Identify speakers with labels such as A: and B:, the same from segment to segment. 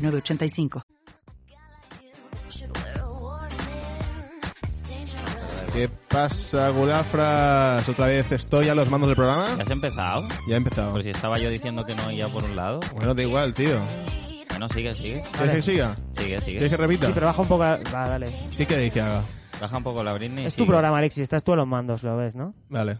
A: 985.
B: ¿Qué pasa, Gulafras? Otra vez estoy a los mandos del programa.
C: ¿Ya has empezado?
B: Ya he empezado.
C: Pues si estaba yo diciendo que no iba por un lado. pues
B: Bueno, da igual, tío.
C: Bueno, sigue, sigue.
B: ¿Quieres que siga?
C: Sigue,
B: ¿Quieres que
C: sigue.
B: repita?
D: Sí, pero baja un poco. la- Va, dale.
B: ¿Qué queréis que haga?
C: Baja un poco la Britney. y
D: Es tu
C: sigue.
D: programa, Alexis. Estás tú a los mandos, lo ves, ¿no?
B: Vale.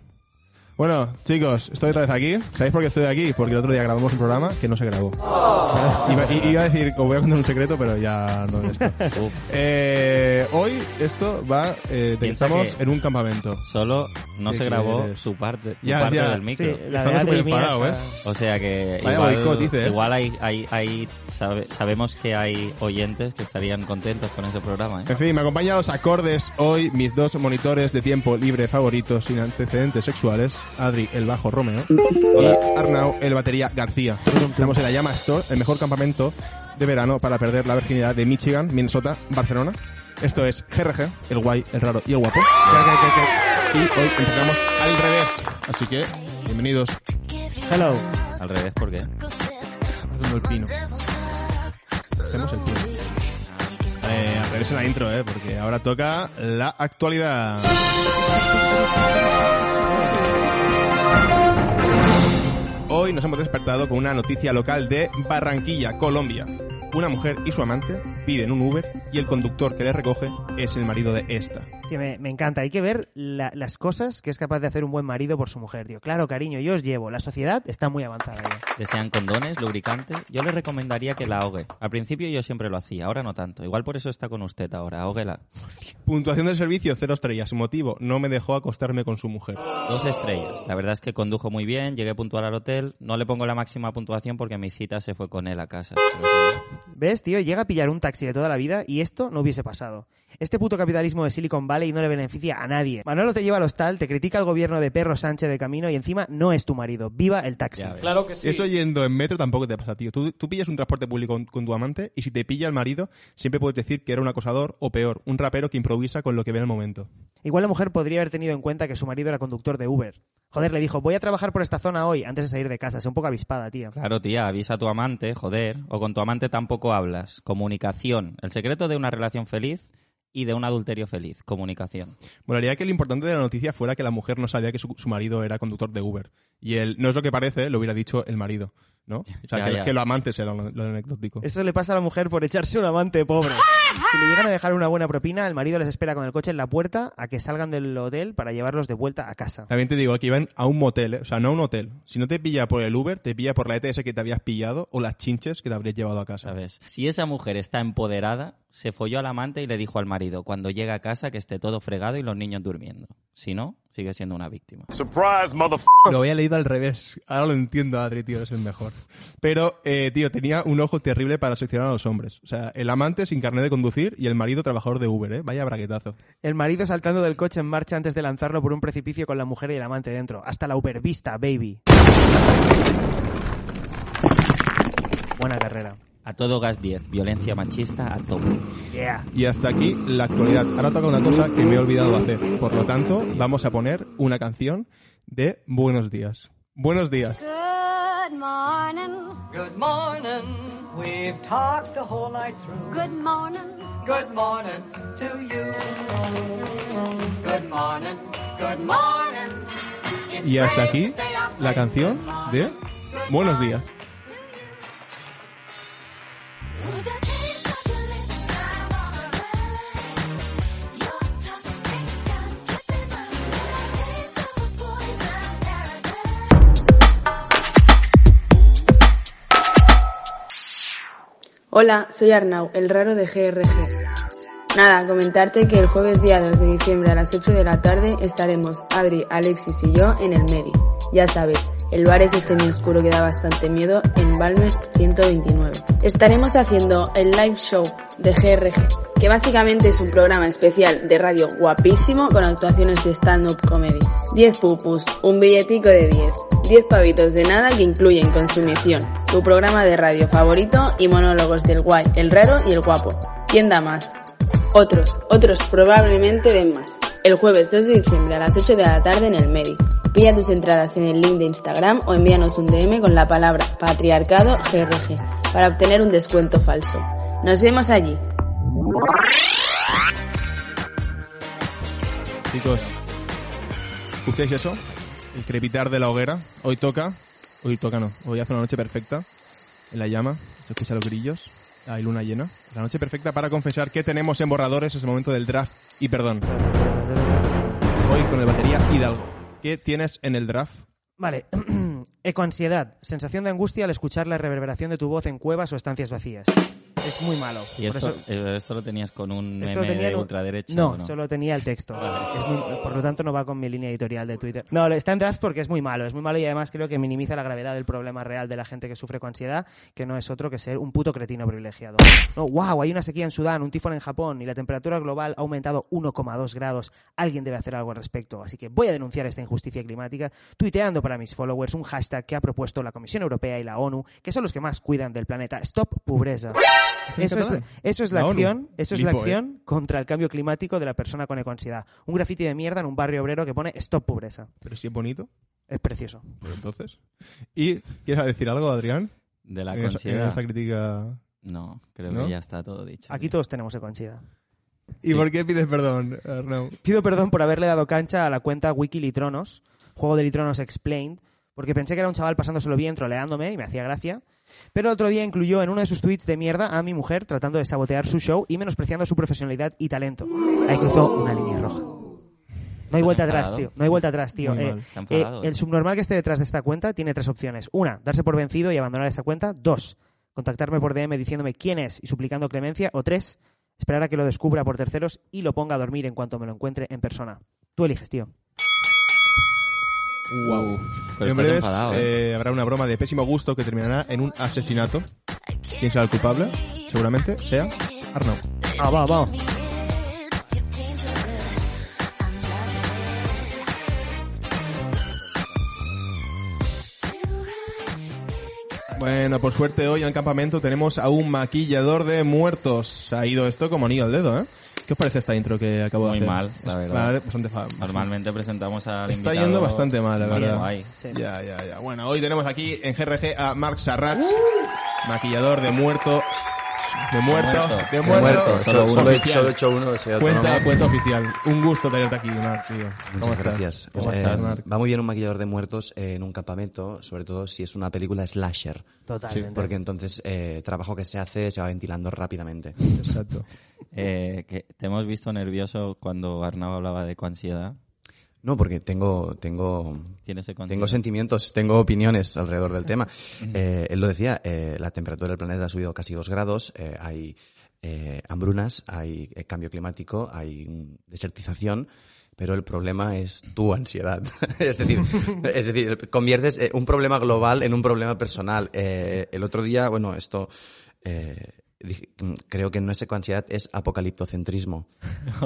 B: Bueno, chicos, estoy otra vez aquí. ¿Sabéis por qué estoy aquí? Porque el otro día grabamos un programa que no se grabó.
C: Oh.
B: Iba, i- iba a decir, os voy a contar un secreto, pero ya no es esto.
C: Uf,
B: Eh, hoy esto va, eh, de que
C: Piensa
B: estamos
C: que-
B: en un campamento.
C: solo no
B: ¿Qué
C: se grabó
B: quieres?
C: su parte, tu
B: Ya,
C: parte
B: ya.
C: del
D: Sí,
C: micro.
D: la
B: Estamos
D: de
B: súper
D: Adri mía
B: enfadados,
D: está-
C: O sea que
B: ¿eh? Vaya
C: igual,
B: boicot, dice, ¿eh?
C: igual hay, hay, hay- sabe- sabemos que hay oyentes que estarían contentos con ese programa. ¿eh?
B: En fin, me acompañan los acordes hoy, mis dos monitores de tiempo libre favoritos sin antecedentes sexuales, Adri, el bajo Romeo, y Arnau, el batería García. Estamos en la Llama Store, el mejor campamento de verano para perder la virginidad de Michigan, Minnesota, Barcelona. Esto es GRG, el guay, el raro y el guapo. Y hoy empezamos al revés. Así que, bienvenidos.
D: Hello.
C: Al revés, ¿por qué?
B: Haciendo el pino. Hacemos el pino. Eh, al revés en la intro, eh, porque ahora toca la actualidad. Hoy nos hemos despertado con una noticia local de Barranquilla, Colombia. Una mujer y su amante piden un Uber y el conductor que les recoge es el marido de esta.
D: Que me, me encanta. Hay que ver la- las cosas que es capaz de hacer un buen marido por su mujer, tío. Claro, cariño, yo os llevo. La sociedad está muy avanzada ya.
C: Desean condones, lubricante. Yo le recomendaría que la ahogue. Al principio yo siempre lo hacía, ahora no tanto. Igual por eso está con usted ahora. Ahóguela.
B: Puntuación del servicio, cero estrellas. Motivo, no me dejó acostarme con su mujer.
C: Dos estrellas. La verdad es que condujo muy bien, llegué puntual al hotel. No le pongo la máxima puntuación porque mi cita se fue con él a casa.
D: ¿Ves, tío? Llega a pillar un taxi de toda la vida y esto no hubiese pasado. Este puto capitalismo de Silicon Valley no le beneficia a nadie. Manolo te lleva al hostal, te critica el gobierno de Perro Sánchez de Camino y encima no es tu marido. ¡Viva el taxi!
C: Ya ves.
E: Claro que sí.
B: Eso yendo en metro tampoco te pasa, tío. Tú, tú pillas un transporte público con, con tu amante y si te pilla el marido, siempre puedes decir que era un acosador o peor, un rapero que improvisa con lo que ve en el momento.
D: Igual la mujer podría haber tenido en cuenta que su marido era conductor de Uber. Joder, le dijo, voy a trabajar por esta zona hoy antes de salir de casa. Es un poco avispada, tía.
C: Claro, tía, avisa a tu amante, joder. O con tu amante tampoco hablas. Comunicación. El secreto de una relación feliz y de un adulterio feliz. Comunicación.
B: Molaría que lo importante de la noticia fuera que la mujer no sabía que su, su marido era conductor de Uber. Y él, no es lo que parece, lo hubiera dicho el marido, ¿no? O sea,
C: Ya,
B: que,
C: ya.
B: que lo amante será lo, lo anecdótico.
D: Eso le pasa a la mujer por echarse un amante pobre. Si le llegan a dejar una buena propina, el marido les espera con el coche en la puerta a que salgan del hotel para llevarlos de vuelta a casa.
B: También te digo que iban a un motel, ¿eh? o sea, no a un hotel. Si no te pilla por el Uber, te pilla por la ETS que te habías pillado o las chinches que te habrías llevado a casa.
C: ¿Sabes? Si esa mujer está empoderada, se folló al amante y le dijo al marido, cuando llega a casa que esté todo fregado y los niños durmiendo. Si no, sigue siendo una víctima.
F: Surprise, motherfucker.
B: Lo había leído al revés. Ahora lo entiendo, Adri, tío, es el mejor. Pero, eh, tío, tenía un ojo terrible para seccionar a los hombres. O sea, el amante sin carnet de conducir y el marido trabajador de Uber, ¿eh? Vaya braguetazo.
D: El marido saltando del coche en marcha antes de lanzarlo por un precipicio con la mujer y el amante dentro. Hasta la ubervista, baby. Buena carrera.
C: A todo gas 10, violencia machista a tope.
D: Yeah.
B: Y hasta aquí la actualidad. Ahora toca una cosa que me he olvidado hacer. Por lo tanto, vamos a poner una canción de Buenos Días. Buenos días.
G: Good morning.
H: Good morning. We've talked the whole night through.
G: Good morning.
H: Good morning to you. Good morning. Good morning. It's
B: Y hasta
H: brave
B: aquí
H: to stay up
B: la
H: late.
B: canción
H: Good morning.
B: de Buenos Días.
I: Hola, soy Arnau, el raro de GRG. Nada, comentarte que el jueves día 2 de diciembre a las 8 de la tarde estaremos Adri, Alexis y yo en el MEDI. Ya sabes, El bar ese semioscuro que da bastante miedo en Balmes 129. Estaremos haciendo el live show de GRG, que básicamente es un programa especial de radio guapísimo con actuaciones de stand-up comedy. 10 pupus, un billetico de 10, 10 pavitos de nada que incluyen consumición, tu programa de radio favorito y monólogos del guay, el raro y el guapo. ¿Quién da más? Otros, otros probablemente den más. El jueves 2 de diciembre a las 8 de la tarde en el Medi. Pilla tus entradas en el link de Instagram o envíanos un DM con la palabra patriarcado GRG para obtener un descuento falso. Nos vemos allí.
B: Chicos, ¿escucháis eso? El crepitar de la hoguera. Hoy toca. Hoy toca no. Hoy hace una noche perfecta. En la llama. Se escucha los grillos. Hay luna llena. La noche perfecta para confesar que tenemos en borradores. Es el momento del draft. Y perdón. Hoy con el batería Hidalgo. ¿Qué tienes en el draft?
D: Vale. Ecoansiedad. Sensación de angustia al escuchar la reverberación de tu voz en cuevas o estancias vacías. Es muy malo.
C: Y
D: Por
C: esto,
D: eso-
C: eh, esto lo tenías con un
D: Esto
C: meme
D: tenía
C: de
D: un-
C: ultraderecha.
D: No,
C: ¿o no? Ah,
D: solo tenía el texto. Es muy- por lo tanto, no va con mi línea editorial de Twitter. No, lo- está en draft porque es muy malo. Es muy malo y además creo que minimiza la gravedad del problema real de la gente que sufre con ansiedad, que no es otro que ser un puto cretino privilegiado. No, wow, hay una sequía en Sudán, un tifón en Japón y la temperatura global ha aumentado 1,2 grados. Alguien debe hacer algo al respecto. Así que voy a denunciar esta injusticia climática tuiteando para mis followers un hashtag que ha propuesto la Comisión Europea y la ONU, que son los que más cuidan del planeta. Stop pobreza. Eso es,
B: catalán?
D: eso es la,
B: La ONU.
D: acción, eso es la
B: Lipo, eh.
D: acción contra el cambio climático de la persona con ecoansiedad. Un grafiti de mierda en un barrio obrero que pone stop pobreza.
B: Pero si es bonito.
D: Es precioso.
B: Pues entonces. ¿Y quieres decir algo, Adrián?
C: De la
B: En esa- en
C: consiedad.
B: esa crítica.
C: No, creo
B: ¿No?
C: que ya está todo dicho.
D: Aquí todos tenemos ecoansiedad.
B: ¿Y por qué pides perdón, Arnau?
D: Pido perdón por haberle dado cancha a la cuenta Wiki Litronos, juego de Litronos Explained, porque pensé que era un chaval pasándoselo bien, troleándome y me hacía gracia. Pero el otro día incluyó en uno de sus tweets de mierda a mi mujer tratando de sabotear su show y menospreciando su profesionalidad y talento. Ahí cruzó una línea roja. No hay vuelta atrás,
C: enfadado.
D: tío. No hay vuelta atrás, tío.
B: Muy
D: Eh,
B: mal.
C: Está
D: eh,
C: enfadado,
D: el
C: eh.
D: subnormal que esté detrás de esta cuenta tiene tres opciones. Una, darse por vencido y abandonar esa cuenta. Dos, contactarme por DM diciéndome quién es y suplicando clemencia. O tres, esperar a que lo descubra por terceros y lo ponga a dormir en cuanto me lo encuentre en persona. Tú eliges, tío.
B: Wow.
C: Pero
B: en
C: estás
B: breves
C: enfadado, ¿eh?
B: eh, habrá una broma de pésimo gusto que terminará en un asesinato. ¿Quién será el culpable? Seguramente sea Arnau.
D: Ah, va, va.
B: Bueno, por suerte hoy en el campamento tenemos a un maquillador de muertos. Ha ido esto como niño al dedo, ¿eh? ¿Qué os parece esta intro que acabo
C: Muy
B: de hacer?
C: mal, la
B: Es-
C: verdad.
B: bastante fa-
C: Normalmente presentamos al
B: Está
C: invitado...
B: yendo bastante mal, la
C: Muy
B: verdad.
C: guay.
B: Ya, ya, ya. Bueno, hoy tenemos aquí en GRG a Marc Sarrat, maquillador de muerto. De muerto,
C: muerto,
B: de
C: de
B: muerto.
C: muerto,
E: Solo,
B: So-
E: solo he,
B: oficial.
E: solo he hecho uno, soy
B: Cuenta,
E: autónomo.
B: cuenta oficial. Un gusto tenerte aquí, Marc, tío. ¿Cómo
E: Muchas
B: estás?
E: gracias.
B: ¿Cómo
E: Eh,
B: estás, Marc?
E: va muy bien un maquillador de muertos en un campamento, sobre todo si es una película slasher,
D: Totalmente.
E: porque entonces eh, el trabajo que se hace se va ventilando rápidamente.
B: Exacto.
C: Eh, que te hemos visto nervioso cuando Arnau hablaba de coansiedad.
E: No, porque tengo, tengo,
C: ¿Tienes ese
E: tengo sentimientos, tengo opiniones alrededor del tema. Eh, él lo decía, eh, la temperatura del planeta ha subido casi dos grados, eh, hay eh, hambrunas, hay eh, cambio climático, hay mm, desertización. Pero el problema es tu ansiedad. es decir, es decir, conviertes eh, un problema global en un problema personal. Eh, el otro día, bueno, esto eh, dije- mm, creo que no es ecoansiedad, es apocaliptocentrismo.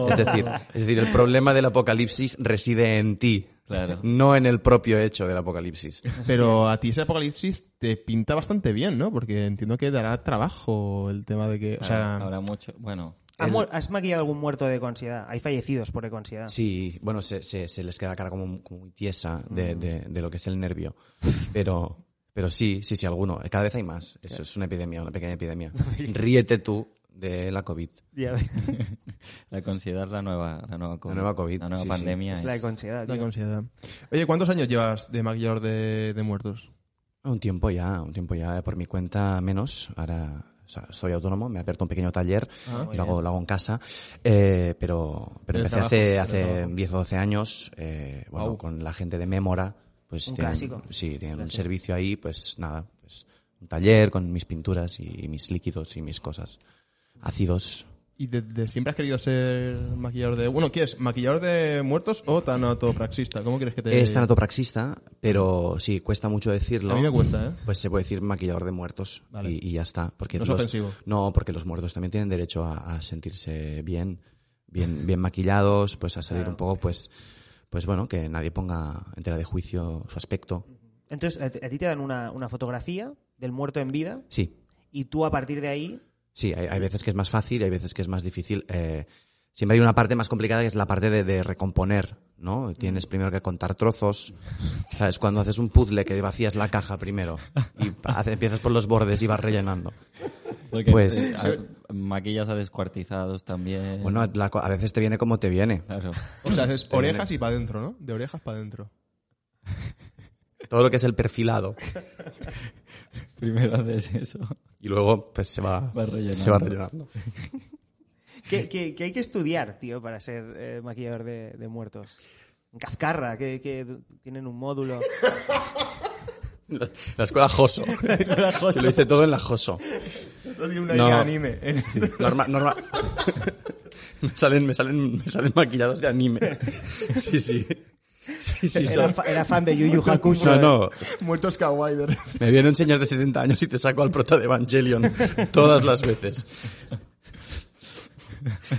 E: es decir, es decir, el problema del apocalipsis reside en ti.
C: Claro.
E: No en el propio hecho del apocalipsis.
B: Pero a ti ese apocalipsis te pinta bastante bien, ¿no? Porque entiendo que dará trabajo el tema de que, o sea,
C: Habrá mucho... Bueno,
D: ¿Has, mu- has maquillado algún muerto de ecoansiedad? Hay fallecidos por ecoansiedad.
E: Sí, bueno, se, se, se les queda la cara como, como muy tiesa de, de- de lo que es el nervio. Pero, pero sí, sí, sí, alguno. Cada vez hay más. Eso es una epidemia, una pequeña epidemia. Ríete tú de la COVID.
D: Ya ves.
C: la considerar la nueva, la nueva COVID.
E: nueva COVID,
C: La nueva
E: sí, sí.
C: pandemia.
D: Es la
C: es-
D: ecoansiedad.
B: la
D: tío.
B: ansiedad. Oye, ¿cuántos años llevas de maquillador de, de muertos?
E: Un tiempo ya, un tiempo ya. eh, Por mi cuenta, menos. Ahora o sea, soy autónomo, me he abierto un pequeño taller
B: Ah,
E: y lo hago, lo hago en casa. Eh, pero pero
B: El
E: empecé
B: trabajo,
E: hace,
B: el
E: hace
B: trabajo.
E: 10 o 12 años eh, bueno,
B: Au.
E: con la gente de Mémora. Pues
D: Un
E: tienen,
D: clásico.
E: Sí, tienen un
D: Clásico.
E: servicio ahí, pues nada, pues un taller con mis pinturas y, mis líquidos y mis cosas. Ácidos.
B: ¿Y desde siempre has querido ser maquillador de... Bueno, ¿quieres maquillador de muertos o tanatopraxista? ¿Cómo quieres que te...
E: Es tanatopraxista, pero sí, cuesta mucho decirlo.
B: Este- A mí me cuesta, ¿eh?
E: Pues se puede decir maquillador de muertos
B: Vale.
E: y, y ya está. Porque
B: No es
E: los-
B: ofensivo.
E: No, porque los muertos también tienen derecho a, a sentirse bien, bien, bien maquillados, pues a salir un poco, pues, pues bueno, que nadie ponga entera de juicio su aspecto.
D: Entonces, a, a ti te dan una, una fotografía del muerto en vida
E: Sí,
D: y tú a partir de ahí...
E: Sí, hay, hay veces que es más fácil y hay veces que es más difícil. Eh, siempre hay una parte más complicada que es la parte de, de recomponer, ¿no?
C: Mm.
E: Tienes primero que contar trozos. ¿Sabes? Cuando haces un puzzle que vacías la caja primero y hace- empiezas por los bordes y vas rellenando.
C: Porque
E: Pues-
C: eh, a- maquillas a descuartizados también.
E: Bueno, la co- a veces te viene como te viene.
C: claro.
B: O sea, es
E: Te viene.
B: orejas y para adentro, ¿no? De orejas para adentro.
E: Todo lo que es el perfilado.
C: Primero haces eso.
E: Y luego, pues se va,
C: Vas rellenando.
E: se va rellenando.
D: ¿Qué, qué- qué hay que estudiar, tío, para ser eh, maquillador de, de muertos? En Cazcarra, que, que tienen un módulo.
E: La escuela Joso. La escuela Joso. Lo hice todo en la Joso.
B: tiene Pues una
E: No.
B: idea anime.
E: Sí, normal, normal. me, salen, me, salen, me salen maquillados de anime. Sí, sí. Sí, sí,
D: Era,
E: son-
D: fa- era fan de Yu Yu Hakusho.
E: No, no.
B: Muertos kawaii de
E: Me viene un señor de 70 años y te saco al prota de Evangelion todas las veces.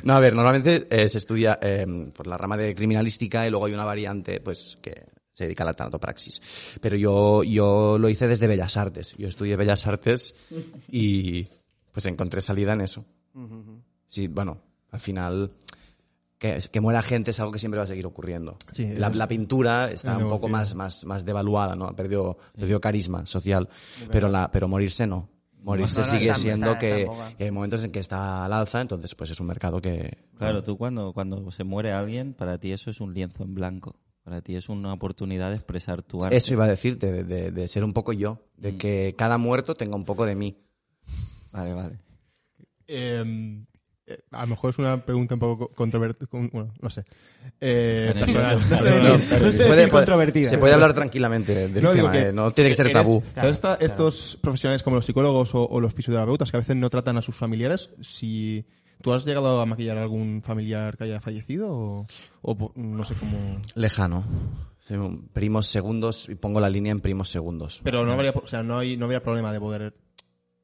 E: No, a ver, normalmente eh, se estudia eh, por la rama de criminalística y luego hay una variante pues que se dedica a la tanatopraxis. Pero yo, yo lo hice desde Bellas Artes. Yo estudié Bellas Artes y pues encontré salida en eso. Sí, bueno, al final que, que muera gente es algo que siempre va a seguir ocurriendo.
B: Sí,
E: la,
B: eh,
E: la pintura está
B: el
E: un poco más,
B: negocio.
E: más, más devaluada, ¿no? Ha perdido, perdido carisma social, pero, la, pero morirse no. Morirse
D: No, no,
E: sigue
D: está-
E: siendo
D: está-
E: que
D: está en boga.
E: hay momentos en que está al alza, entonces pues es un mercado que...
C: Claro, tú cuando, cuando se muere alguien, para ti eso es un lienzo en blanco. Para ti es una oportunidad de expresar tu arte. Mm.
E: Eso iba a decirte, de, de- de ser un poco yo, de que cada muerto tenga un poco de mí.
C: Vale, vale.
B: Eh, eh, a lo mejor es una pregunta un poco controvertida. Bueno, no sé. Eh,
C: Está nervioso. No sé
B: personal. Personal.
D: decir- no sé decir controvertida.
E: Se puede hablar tranquilamente del
B: No, digo
E: tema,
B: que-
E: eh, no tiene que ser
B: eres-
E: tabú.
B: Claro, está- Estos profesionales como los psicólogos o, o los fisioterapeutas que a veces no tratan a sus familiares, si tú has llegado a maquillar a algún familiar que haya fallecido o, o po- no sé cómo...
E: Lejano. Soy un- Primos segundos y pongo la línea en primos segundos.
B: Pero no habría, po- o sea, no, hay, no habría problema de poder,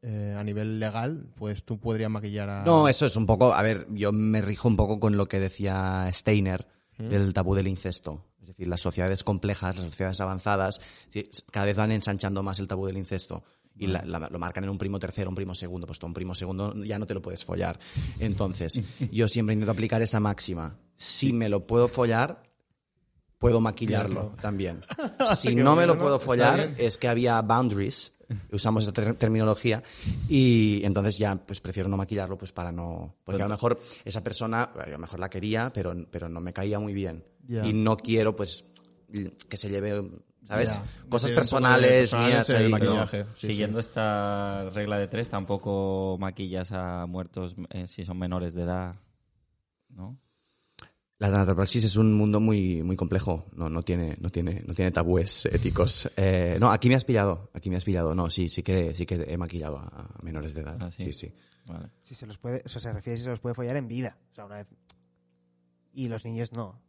B: eh, a nivel legal, pues tú podrías maquillar a...
E: No, eso es un poco, a ver, yo me rijo un poco con lo que decía Steiner del tabú del incesto. Es decir, las sociedades complejas, las sociedades avanzadas, sí, cada vez van ensanchando más el tabú del incesto. Y la- la- lo marcan en un primo tercero, un primo segundo. Pues tú a un primo segundo ya no te lo puedes follar. Entonces, yo siempre intento aplicar esa máxima. Si me lo puedo follar, puedo maquillarlo también. Si no me lo puedo follar, es que había boundaries, usamos esa ter- terminología, y entonces ya pues prefiero no maquillarlo pues para no... Porque a lo mejor esa persona, a lo mejor la quería, pero, pero no me caía muy bien.
B: Ya.
E: Y no quiero pues que se lleve, ¿sabes?
B: Ya.
E: Cosas
B: Sí, un poco de
E: personales,
B: personales
E: mías.
B: en el
E: ahí, ¿no?
B: maquillaje. Sí,
C: Siguiendo esta regla de tres, tampoco maquillas a muertos eh, si son menores de edad, ¿no?
E: La tanatopraxis es un mundo muy, muy complejo. No, no tiene, no tiene, no tiene tabúes éticos. Eh, no, aquí me has pillado. Aquí me has pillado. No, sí, sí que, sí que he maquillado a a menores de edad.
C: Ah, sí.
E: sí. sí,
C: Vale.
D: Si se los puede, o sea, se refiere si se los puede follar en vida. O sea, una vez. Y los niños no.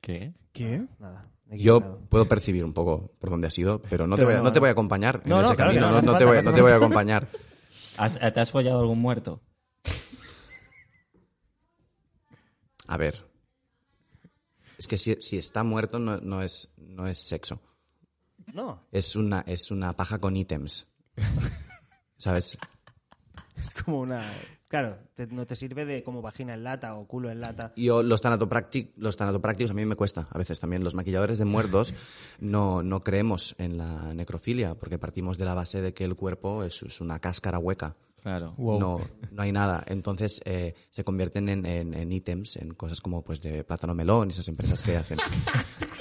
C: ¿Qué?
B: ¿Qué?
D: Nada. me he
E: Yo
D: equivocado.
E: puedo percibir un poco por dónde has ido, pero no te
D: Pero
E: voy a,
D: no,
E: no te
D: no.
E: voy a acompañar en
D: No, no,
E: ese
D: claro que
E: camino.
D: no,
E: No,
D: no
E: no
D: hace
E: te voy,
D: falta,
E: no
D: no
E: te voy a
D: hace
E: acompañar.
C: ¿Has- eh, ¿Te has follado algún muerto?
E: A ver. Es que si, si está muerto no, no es, no es sexo.
D: No.
E: Es una, es una paja con ítems. ¿Sabes?
D: Es como una. Claro, te- no te sirve de como vagina en lata o culo en lata.
E: Yo, los, tanatopractic, los tanatoprácticos a mí me cuesta a veces también. Los maquilladores de muertos no, no creemos en la necrofilia porque partimos de la base de que el cuerpo es, es una cáscara hueca.
C: Claro.
B: Wow.
E: No, no hay nada. Entonces eh, se convierten en, en- en ítems, en cosas como pues de plátano melón y esas empresas que hacen,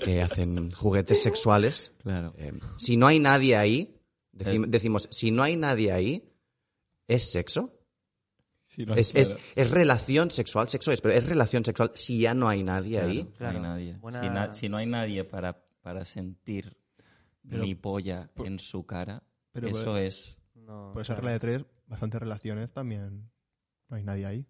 E: que hacen juguetes sexuales.
C: Claro. Eh.
E: Eh, si no hay nadie ahí, decim- decimos, si no hay nadie ahí, ¿es sexo? Es, es, es relación sexual, sexo es, pero es relación sexual si ya no hay nadie ahí.
C: Claro,
D: Claro.
C: No hay nadie.
D: Buena-
C: Si, na- si no hay nadie para, para sentir
B: Pero-
C: mi polla en su cara,
B: pero-
C: eso
B: pero-
C: es.
D: No,
B: Pues esa
D: claro.
B: regla de tres, bastantes relaciones también. No hay nadie ahí.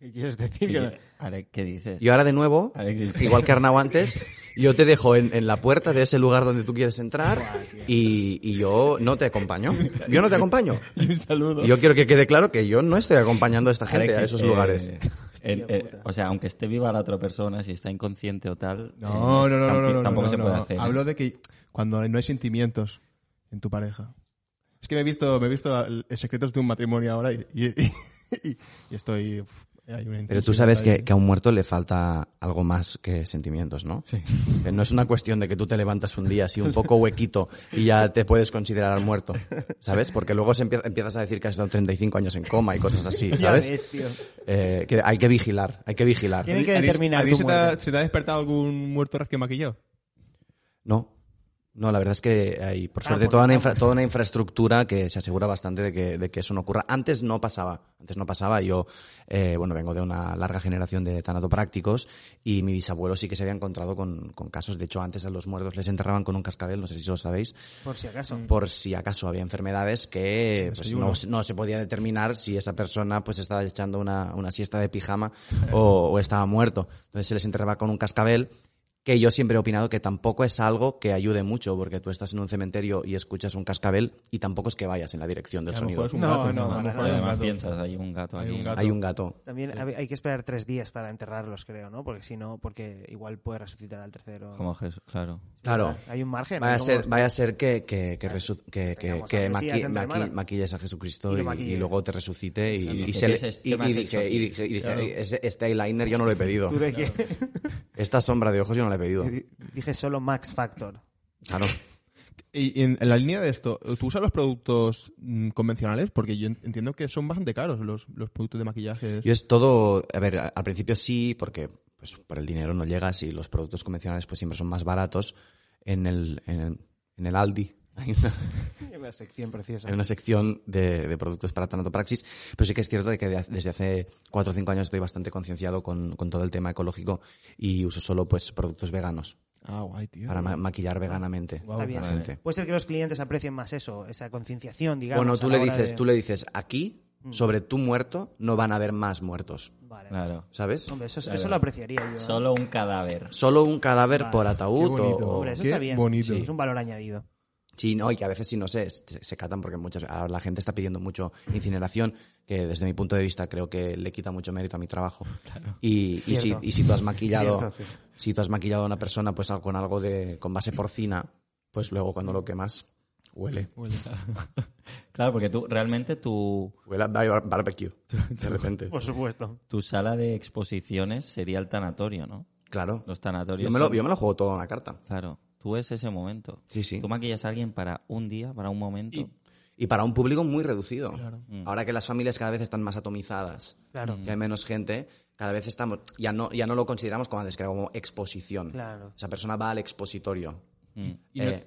F: ¿Qué quieres decir? Que no-
C: Alex, ¿qué dices?
E: Y ahora de nuevo,
C: Alexis.
E: igual que Arnau antes, yo te dejo en, en la puerta de ese lugar donde tú quieres entrar y, y yo no te acompaño. Yo no te acompaño.
F: Un saludo.
E: Yo quiero que quede claro que yo no estoy acompañando a esta gente a
C: Alexis,
E: esos
C: eh,
E: lugares.
C: eh, eh, eh, o sea, aunque esté viva la otra persona, si está inconsciente o tal,
B: No,
C: eh,
B: no, no, no,
C: tamp-
B: no, no,
C: tampoco
B: no,
C: se
B: no.
C: puede hacer. ¿eh?
B: Hablo de que cuando no hay sentimientos en tu pareja. Es que me he visto, me he visto al- secretos de un matrimonio ahora y, y- y- y estoy. uf, hay una
E: Pero tú
B: intensidad
E: sabes
B: ahí.
E: que, que a un muerto le falta algo más que sentimientos, ¿no? Sí. No es una cuestión de que tú te levantas un día así un poco huequito y ya te puedes considerar muerto, ¿sabes? Porque luego se empie- empiezas a decir que has estado 35 años en coma y cosas así,
D: Ya
E: ¿sabes?
D: ves, tío.
E: Eh, que hay que vigilar, hay que vigilar.
D: Tiene- Tienen
B: ¿A ti-
D: que
B: a ti
D: determinar tu
B: se, te ha,
D: muerte.
B: se te ha despertado algún muerto recién maquillado?
E: No. No, la verdad es que hay, por
D: Ah,
E: suerte,
D: porque
E: toda una,
D: estamos-
E: infra- toda una infraestructura que se asegura bastante de que, de que eso no ocurra. Antes no pasaba, antes no pasaba. Yo, eh, bueno, vengo de una larga generación de tanatoprácticos y mi bisabuelo sí que se había encontrado con, con casos. De hecho, antes a los muertos les enterraban con un cascabel, no sé si lo sabéis,
D: Por si acaso.
E: Mm. por si acaso había enfermedades que pues,
B: Desayuno.
E: no, se- no se podía determinar si esa persona pues estaba echando una, una siesta de pijama o, o estaba muerto. Entonces se les enterraba con un cascabel que yo siempre he opinado que tampoco es algo que ayude mucho porque tú estás en un cementerio y escuchas un cascabel y tampoco es que vayas en la dirección del
B: A lo mejor
E: sonido.
B: es un
D: No,
B: gato.
D: no,
B: a lo
D: para
B: mejor
D: nada.
B: hay un
C: Además
B: gato.
C: piensas, hay un gato
B: Hay
C: aquí.
B: un gato.
E: Hay un gato.
D: También hab- hay que esperar tres días para enterrarlos, creo, ¿no? Porque si no, porque igual puede resucitar al tercero.
C: Como Jesús, claro.
E: Claro.
D: Hay un margen.
E: Vaya a
D: ¿no?
E: ser,
D: Como-
E: vaya a ser que, que, que, resu- que, que,
D: Tengamos
E: que
D: al Mesías
E: maqui-
D: entre
E: maqui-
D: manos.
E: maquilles a Jesucristo
D: Y
E: y,
D: lo
E: y
D: maquilles.
E: luego te resucite y,
C: Sí,
E: y
C: sí.
E: se le-
C: ¿Qué es-
E: y-
C: qué me
E: y
C: has
E: dije,
C: hecho?
E: y dije, y dije,
B: Claro.
E: "Ese- este eyeliner yo no lo he pedido.
D: ¿Tú de qué?
E: Esta sombra de ojos yo no la he pedido.
D: Dije solo Max Factor.
E: Claro.
B: Y en, en la línea de esto, ¿tú usas los productos mm, convencionales? Porque yo en- entiendo que son bastante caros los, los productos de maquillaje.
E: Yo es todo, a ver, a- al principio sí, porque pues por el dinero no llegas y los productos convencionales pues siempre son más baratos en el, en el, en el Aldi. Hay una-
D: Una sección preciosa.
E: Hay una sección de, de productos para tanatopraxis, pero sí que es cierto de que de- desde hace cuatro o cinco años estoy bastante concienciado con, con todo el tema ecológico y uso solo pues productos veganos
B: Ah, guay, tío.
E: para ma- maquillar veganamente
B: Guau,
D: Está
E: a
D: bien. ¿eh?
E: la gente.
D: Puede ser que los clientes aprecien más eso, esa concienciación, digamos.
E: Bueno,
D: a
E: tú
D: la
E: le
D: hora
E: dices,
D: de- Mm.
E: tú le dices, aquí sobre tu muerto no van a haber más muertos,
D: Vale.
C: Claro.
E: ¿sabes?
D: Hombre, eso, eso lo apreciaría yo. ¿eh?
C: Solo un cadáver.
E: Solo un cadáver
D: Vale.
E: por
B: Qué
E: ataúd
B: bonito.
E: o- o
D: Hombre, eso
B: Qué
D: está bien.
B: bonito.
D: Sí, Es un valor añadido.
E: Sí, no, y que a veces sí, no sé, se, se catan porque muchas, ahora la gente está pidiendo mucho incineración, que desde mi punto de vista creo que le quita mucho mérito a mi trabajo. Y, y si,
D: Cierto.
E: y si tú has maquillado,
D: Cierto, cierto.
E: si tú has maquillado a una persona pues al- con algo de, con base porcina, pues luego cuando lo quemas, huele.
C: Claro, porque tú realmente tu,
E: Huele a bar- barbecue, de repente.
D: Por supuesto.
C: tu sala de exposiciones sería el tanatorio, ¿no?
E: Claro.
C: Los tanatorios.
E: Yo me, lo,
C: son-
E: yo me lo juego todo a una carta.
C: Claro, tú es ese momento.
E: Sí, sí.
C: Tú maquillas a alguien para un día, para un momento.
E: Y para un público muy reducido.
D: Mm.
E: Ahora que las familias cada vez están más atomizadas,
C: Mm,
D: Claro.
E: que hay menos gente, cada vez estamos, ya no, ya no lo consideramos como antes, que era como exposición.
D: Claro.
E: Esa persona va al expositorio.
C: Mm.
B: Y no-
E: Eh,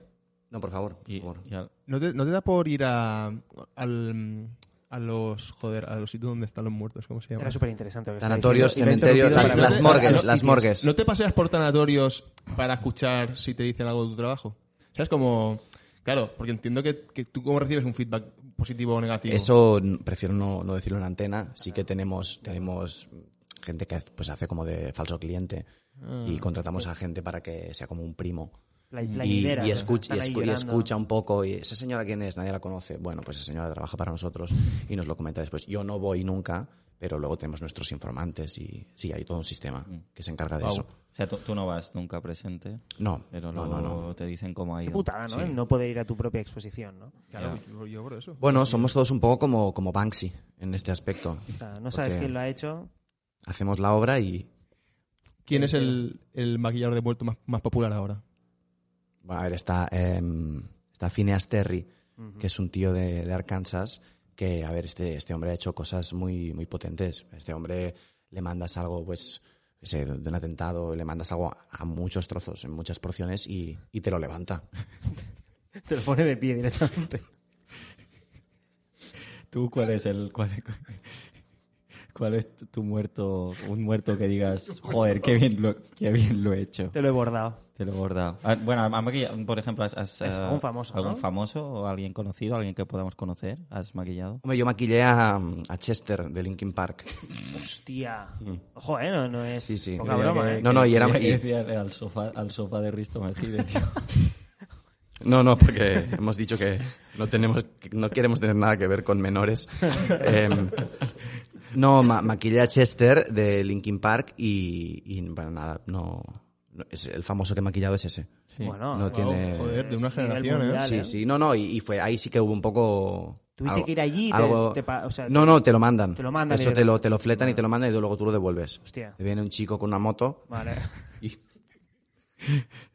E: no, por favor, por
C: Y-
E: favor.
C: y al-
B: ¿No te, no te da por ir a, al, mm, a los, joder, a los sitios donde están los muertos? ¿Cómo se llama?
D: Era súper interesante.
E: Tanatorios, cementerios, las,
B: para-
E: las
B: para-
E: morgues,
B: para-
E: las morgues.
B: ¿No te paseas por tanatorios para escuchar si te dicen algo de tu trabajo? ¿Sabes? Como... Claro, porque entiendo que, que tú como recibes un feedback positivo o negativo.
E: Eso n- prefiero no, no decirlo en antena. Sí que tenemos, tenemos gente que pues, hace como de falso cliente y contratamos a gente para que sea como un primo. Y, y, escucha, y, escu- y escucha un poco. Y esa señora quién es, nadie la conoce. Bueno, pues esa señora trabaja para nosotros y nos lo comenta después. Yo no voy nunca, pero luego tenemos nuestros informantes y sí, hay todo un sistema que se encarga de
B: Wow.
E: eso.
C: O sea, tú, tú no vas nunca presente,
E: No,
C: pero
E: no,
C: luego
E: no, no.
C: te dicen cómo ha
D: Qué
C: ido.
D: putada, ¿no? El No poder ir a tu propia exposición, ¿no?
B: Claro, yo, yo por eso.
E: Bueno, somos todos un poco como, como Banksy en este aspecto.
D: O sea, no sabes
E: Porque
D: quién lo ha hecho.
E: Hacemos la obra y.
B: ¿Quién es el, el maquillador de muerto más, más popular ahora?
E: Bueno, a ver, está, eh, está Phineas Terry,
D: Ujú.
E: que es un tío de, de Arkansas, que, a ver, este, este hombre ha hecho cosas muy, muy potentes. Este hombre le mandas algo, pues, qué sé, de un atentado, le mandas algo a, a muchos trozos, en muchas porciones, y, y te lo levanta.
D: Te lo pone de pie directamente.
C: ¿Tú cuál es el cuál, ¿Cuál es tu- tu muerto, un muerto que digas, joder, qué bien lo, qué bien lo he hecho?
D: Te lo he bordado.
C: Te lo he bordado. Ah, Bueno, a- a maquilla- por ejemplo, has, has,
D: Es
C: eh,
D: algún famoso,
C: algún
D: ¿no?
C: famoso o alguien conocido, alguien que podamos conocer, has maquillado.
E: Hombre, yo maquillé a, a Chester de Linkin Park.
D: Hostia. Ojo, ¿eh? No, no es
E: Sí, sí.
D: poca
E: Creía
D: broma,
E: que-
D: ¿eh?
E: No, no, y era-
C: Creía que
E: y-
C: decía al sofá, al sofá de Risto Mejide, tío.
E: No, no, porque hemos dicho que no, tenemos, que no queremos tener nada que ver con menores. Em, no, ma- maquillé a Chester de Linkin Park y, y, bueno, nada, no, no, es el famoso que he maquillado es ese.
C: Sí.
D: Bueno,
E: No
D: pues,
E: tiene-
B: Joder, de una
D: nivel
B: generación, ¿eh?
D: mundial,
E: Sí, sí, no, no, y, y fue ahí sí que hubo un poco...
D: Tuviste que ir allí y te- te pa- o sea,
E: no, no, te lo mandan.
D: te lo mandan
E: De
D: y
E: hecho,
D: te-
E: te lo, te lo fletan y te lo mandan y luego tú lo devuelves.
D: Hostia.
E: Te viene un chico con una moto
D: Vale.
E: y...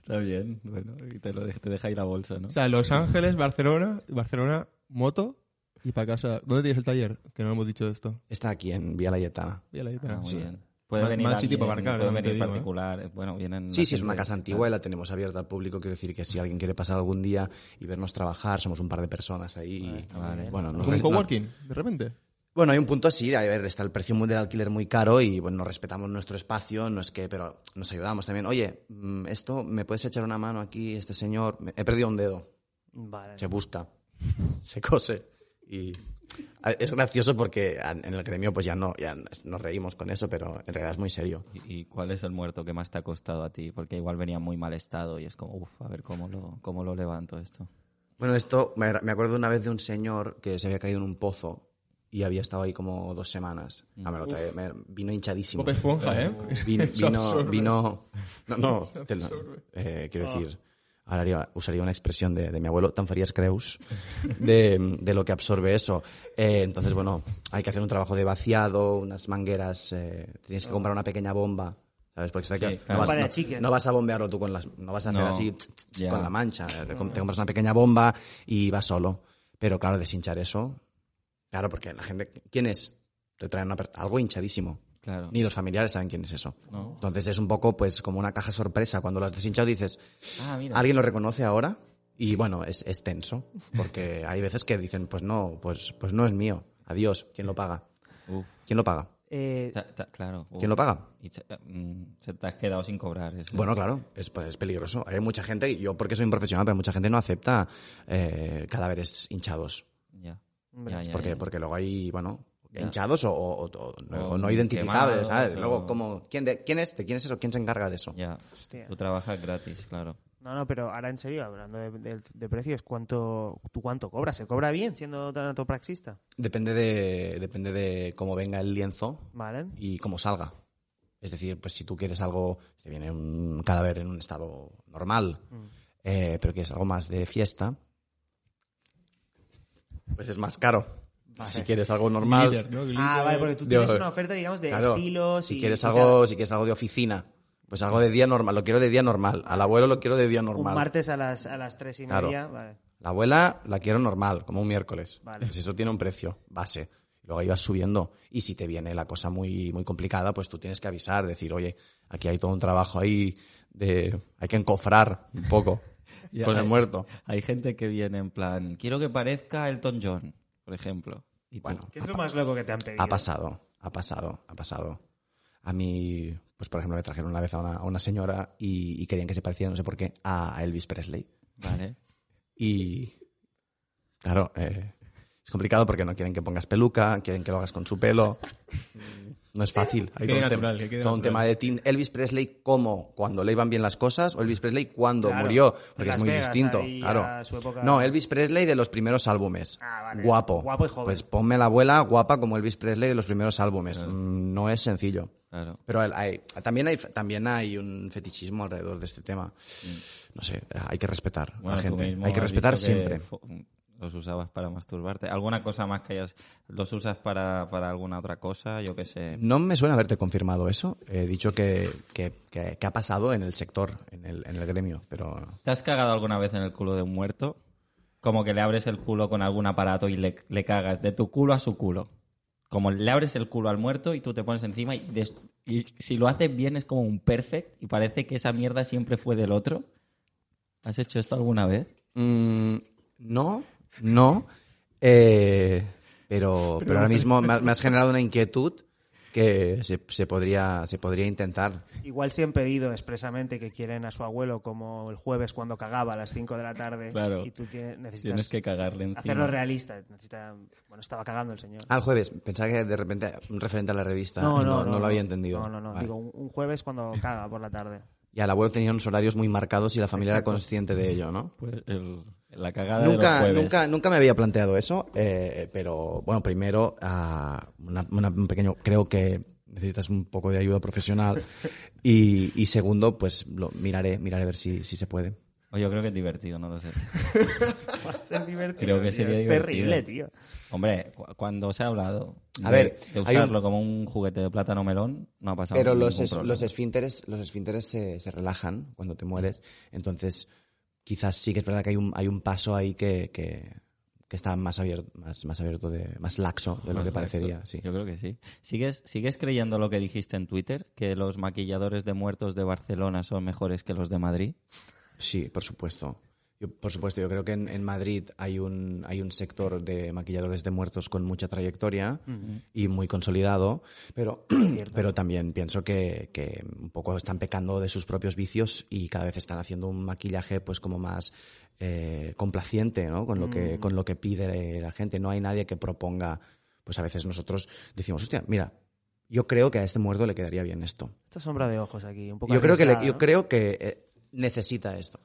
C: Está bien, bueno, y te, lo de- te deja ir a bolsa, ¿no? Ah,
B: O sea, Los Ángeles, Barcelona, Barcelona, moto y para casa. ¿Dónde tienes el taller? Que no hemos dicho esto.
E: Está aquí en Vía Laietana.
B: Ya la idea.
C: Ah, muy
B: Sí.
C: bien. Puede
B: Mal-
C: venir
B: mal
C: alguien,
B: sitio para aparcar,
C: puede
B: también te
C: venir
B: digo, ¿eh?
C: particular, eh, bueno, vienen...
E: Sí, sí, es una
C: gente-
E: casa antigua y la tenemos abierta al público. Quiero decir que si alguien quiere pasar algún día y vernos trabajar, somos un par de personas ahí. y-
C: vale.
E: Bueno, nos
B: Como un
E: res- no-
B: coworking, de repente.
E: bueno, hay un punto así. A ver, está el precio muy del alquiler muy caro y bueno, nos respetamos nuestro espacio, no es que, pero nos ayudamos también. Oye, mm, esto, ¿me puedes echar una mano aquí? Este señor, me- he perdido un dedo.
D: Vale.
E: Se busca, se cose y. a- Es gracioso porque a- en el gremio pues ya no, ya nos reímos con eso, pero en realidad es muy serio.
C: ¿Y y cuál es el muerto que más te ha costado a ti? Porque igual venía en muy mal estado y es como, uff, a ver cómo lo, cómo lo levanto esto.
E: Bueno, esto me me acuerdo una vez de un señor que se había caído en un pozo y había estado ahí como dos semanas. Ah, me lo trae- me- vino hinchadísimo.
B: Bob Esponja, ¿eh?
E: Vin-
B: Es
E: vino,
B: absurdo. Ah.
E: vino- No, no, te lo- eh, quiero decir, ahora haría- usaría una expresión de, de mi abuelo, tan farías creus, de, de lo que absorbe eso. Eh, entonces, bueno, hay que hacer un trabajo de vaciado, unas mangueras, eh, tienes
B: Ah.
E: que comprar una pequeña bomba. ¿Sabes? Porque se te-
C: Sí,
E: no,
C: claro.
E: vas,
D: Para
E: no-
D: chicken.
E: no vas a bombearlo tú con las. No vas a hacer
C: No,
E: así tsk, tsk, tsk,
C: ya.
E: con la mancha. Te com- te compras una pequeña bomba y vas solo. Pero claro, deshinchar eso. Claro, porque la gente. ¿Quién es? Te traen una per- algo hinchadísimo.
C: Claro.
E: Ni los familiares saben quién es eso.
C: No.
E: Entonces es un poco pues como una caja sorpresa. Cuando lo has deshinchado dices,
C: Ah, mira.
E: ¿alguien lo reconoce ahora? Y bueno, es, es tenso. Porque hay veces que dicen, pues no, pues, pues no es mío. Adiós. ¿Quién lo paga?
C: Uf.
E: ¿Quién lo paga?
D: Eh,
C: Ta- ta- claro. uf.
E: ¿Quién lo paga?
C: Y se, mm, se te has quedado sin cobrar. ese.
E: Bueno, claro, es, pues, es peligroso. Hay mucha gente, y yo porque soy un profesional, pero mucha gente no acepta eh, cadáveres hinchados.
C: Ya.
D: Hombre,
C: Ya, ya,
E: Porque,
C: ya.
E: porque luego hay, bueno,
C: Ya.
E: hinchados o, o- o- o
C: O
E: no identificables,
C: quemados,
E: ¿sabes? Luego,
C: o-
E: como, ¿quién, de- ¿quién es? ¿De quién es eso? ¿Quién se encarga de eso?
C: Ya.
D: hostia.
C: Tú trabajas gratis, claro.
D: No, no, pero ahora en serio, hablando de, de- de precios, ¿cuánto, ¿tú cuánto cobras? ¿Se cobra bien siendo tanatopraxista?
E: Depende de, depende de cómo venga el lienzo
D: Vale.
E: y cómo salga. Es decir, pues si tú quieres algo, te viene un cadáver en un estado normal,
D: Mm.
E: eh, pero quieres algo más de fiesta, pues es más caro. Si quieres algo normal,
B: Glitter, ¿no? Glitter.
D: Ah, vale, porque tú
E: de-
D: tienes una oferta, digamos, de
E: claro,
D: estilos
E: si
D: y-
E: quieres
D: y
E: algo, si quieres algo de oficina, pues algo de día normal, lo quiero de día normal. Al abuelo lo quiero de día
D: tal. Un
E: normal.
D: martes a las, a las tres y
E: Claro.
D: media, vale.
E: La abuela la quiero normal, como un miércoles.
D: Vale.
E: Pues eso tiene un precio base. Luego ahí vas subiendo. Y si te viene la cosa muy, muy complicada, pues tú tienes que avisar, decir, oye, aquí hay todo un trabajo ahí de. Hay que encofrar un poco
C: Ya,
E: con el
D: eh,
C: hay-
E: muerto.
C: Hay gente que viene en plan, quiero que parezca Elton John, por ejemplo. Y tú,
E: Bueno,
D: ¿Qué es lo más loco que te han pedido?
E: ha pasado, ha pasado, ha pasado. A mí, pues por ejemplo, me trajeron una vez a una, a una señora y, y querían que se pareciera, no sé por qué, a Elvis Presley.
C: Vale.
E: Y claro, eh, es complicado porque no quieren que pongas peluca, quieren que lo hagas con su pelo. Mm, No es fácil. Hay
B: Que quede
E: todo, un, tem-
B: natural, que quede
E: todo un tema
B: natural.
E: de teen- Elvis Presley como cuando le iban bien las cosas o Elvis Presley cuando
D: Claro.
E: murió,
D: En
E: porque
D: Las
E: es muy
D: Vegas,
E: distinto.
D: ahí, a
E: Claro.
D: su época-
E: No, Elvis Presley de los primeros álbumes.
D: Ah, vale.
E: Guapo.
D: Guapo y joven.
E: Pues ponme la abuela guapa como Elvis Presley de los primeros álbumes. Mm, No es sencillo.
C: Claro.
E: Pero hay- hay- también, hay, también hay un fetichismo alrededor de este tema. No sé, hay que respetar a
C: Mm. Bueno,
E: la
C: tú
E: gente.
C: mismo
E: Hay que
C: has
E: respetar
C: dicho que
E: siempre.
C: fo- Los usabas para masturbarte. ¿Alguna cosa más que hayas... ¿Los usas para, para alguna otra cosa? Yo qué sé.
E: No me suena haberte confirmado eso. He dicho que, que- que- que ha pasado en el sector, en el, en el gremio, pero...
C: ¿Te has cagado alguna vez en el culo de un muerto? Como que le abres el culo con algún aparato y le, le cagas de tu culo a su culo. Como le abres el culo al muerto y tú te pones encima y, des- y si lo haces bien es como un perfect y parece que esa mierda siempre fue del otro. ¿Has hecho esto alguna vez?
E: Mm, no, no. eh, pero, pero ahora mismo me has, me has generado una inquietud que se, se podría, se podría intentar.
D: Igual si han pedido expresamente que quieren a su abuelo como el jueves cuando cagaba a las 5 de la tarde
C: Claro.
D: y tú tienes, necesitas
C: Tienes que cagarle encima.
D: hacerlo realista. necesita- bueno, estaba cagando el señor.
E: Al Ah, jueves, pensaba que de repente referente a la revista no, no lo había entendido.
D: No, no, no.
E: Vale.
D: Digo, un, un jueves cuando caga por la tarde.
E: Y al abuelo tenía unos horarios muy marcados y la familia era consciente de ello, ¿no?
C: Pues el- la cagada
E: Nunca,
C: de los jueves.
E: nunca, nunca me había planteado eso, eh, pero bueno, primero, ah, una- una- un pequeño, creo que necesitas un poco de ayuda profesional y, y segundo, pues lo miraré, miraré a ver si, si se puede.
C: O yo creo que es divertido, no lo sé.
D: Va a ser divertido.
C: Creo que
D: tío.
C: sería
D: es
C: divertido.
D: terrible, tío.
C: Hombre, cu- cuando se ha hablado
E: A
C: de,
E: ver,
C: de
E: hay
C: usarlo como un juguete de plátano melón, no ha pasado
E: Pero
C: ningún
E: los, es-
C: problema.
E: los esfínteres, los esfínteres se, se relajan cuando te mueres, entonces quizás sí que es verdad que hay un, hay un paso ahí que, que, que está más abierto, más, más abierto de, más laxo de lo
C: Más
E: que
C: laxo.
E: parecería, sí.
C: Yo creo que sí. ¿Sigues, ¿Sigues creyendo lo que dijiste en Twitter? ¿Que los maquilladores de muertos de Barcelona son mejores que los de Madrid?
E: Sí, por supuesto. Yo, por supuesto, yo creo que en, en Madrid hay un, hay un sector de maquilladores de muertos con mucha trayectoria y muy consolidado, pero, pero también pienso que, que un poco están pecando de sus propios vicios y cada vez están haciendo un maquillaje pues como más eh, complaciente ¿no? con, lo
D: Mm.
E: que, con lo que pide la gente. No hay nadie que proponga, pues a veces nosotros decimos, hostia, mira, yo creo que a este muerto le quedaría bien esto.
D: Esta sombra de ojos aquí, un poco
E: Yo creo que, le-
D: arriesgada,
E: yo
D: ¿no?
E: creo que eh, necesita esto.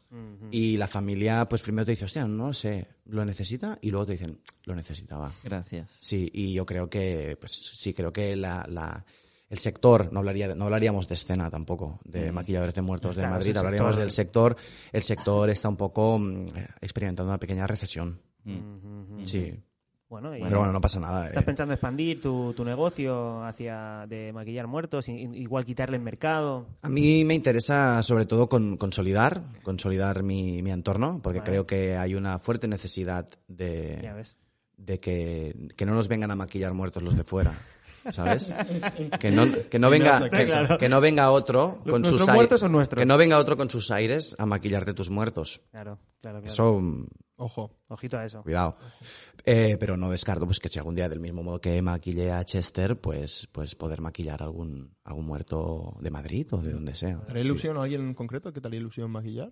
E: Y la familia, pues primero te dice, hostia, no lo sé, lo necesita, y luego te dicen, lo necesitaba.
C: Gracias.
E: Sí, y yo creo que, pues sí, creo que la, la- el sector, no, hablaría, de- no hablaríamos de escena tampoco, de maquilladores de muertos de
D: Claro, es
E: Madrid,
D: el
E: hablaríamos
D: sector.
E: del sector. El sector está un poco mm, experimentando una pequeña recesión. Sí,
D: Mm. Bueno, y-
E: pero bueno, no pasa nada.
D: ¿Estás
E: eh.
D: pensando expandir tu, tu negocio hacia de maquillar muertos, i- igual quitarle el mercado?
E: A mí me interesa sobre todo con- consolidar, consolidar mi, mi entorno, porque
D: Vale.
E: creo que hay una fuerte necesidad
D: Ya
E: de,
D: ves.
E: de que, que no nos vengan a maquillar muertos los de fuera. ¿Sabes? Que no, que no venga, que,
D: Claro.
E: que no venga otro con
D: Nuestros
E: sus ai-
D: muertos son nuestros.
E: Que no venga otro con sus aires a maquillarte tus muertos.
D: Claro, claro, claro.
E: Eso, mm,
B: Ojo.
D: Ojito a eso.
E: cuidado. Eh, pero no descarto pues que si algún día del mismo modo que maquillé a Chester, pues, pues poder maquillar algún, algún muerto de Madrid o de donde sea.
B: ¿Te haría ilusión a alguien en concreto que te haría ilusión maquillar?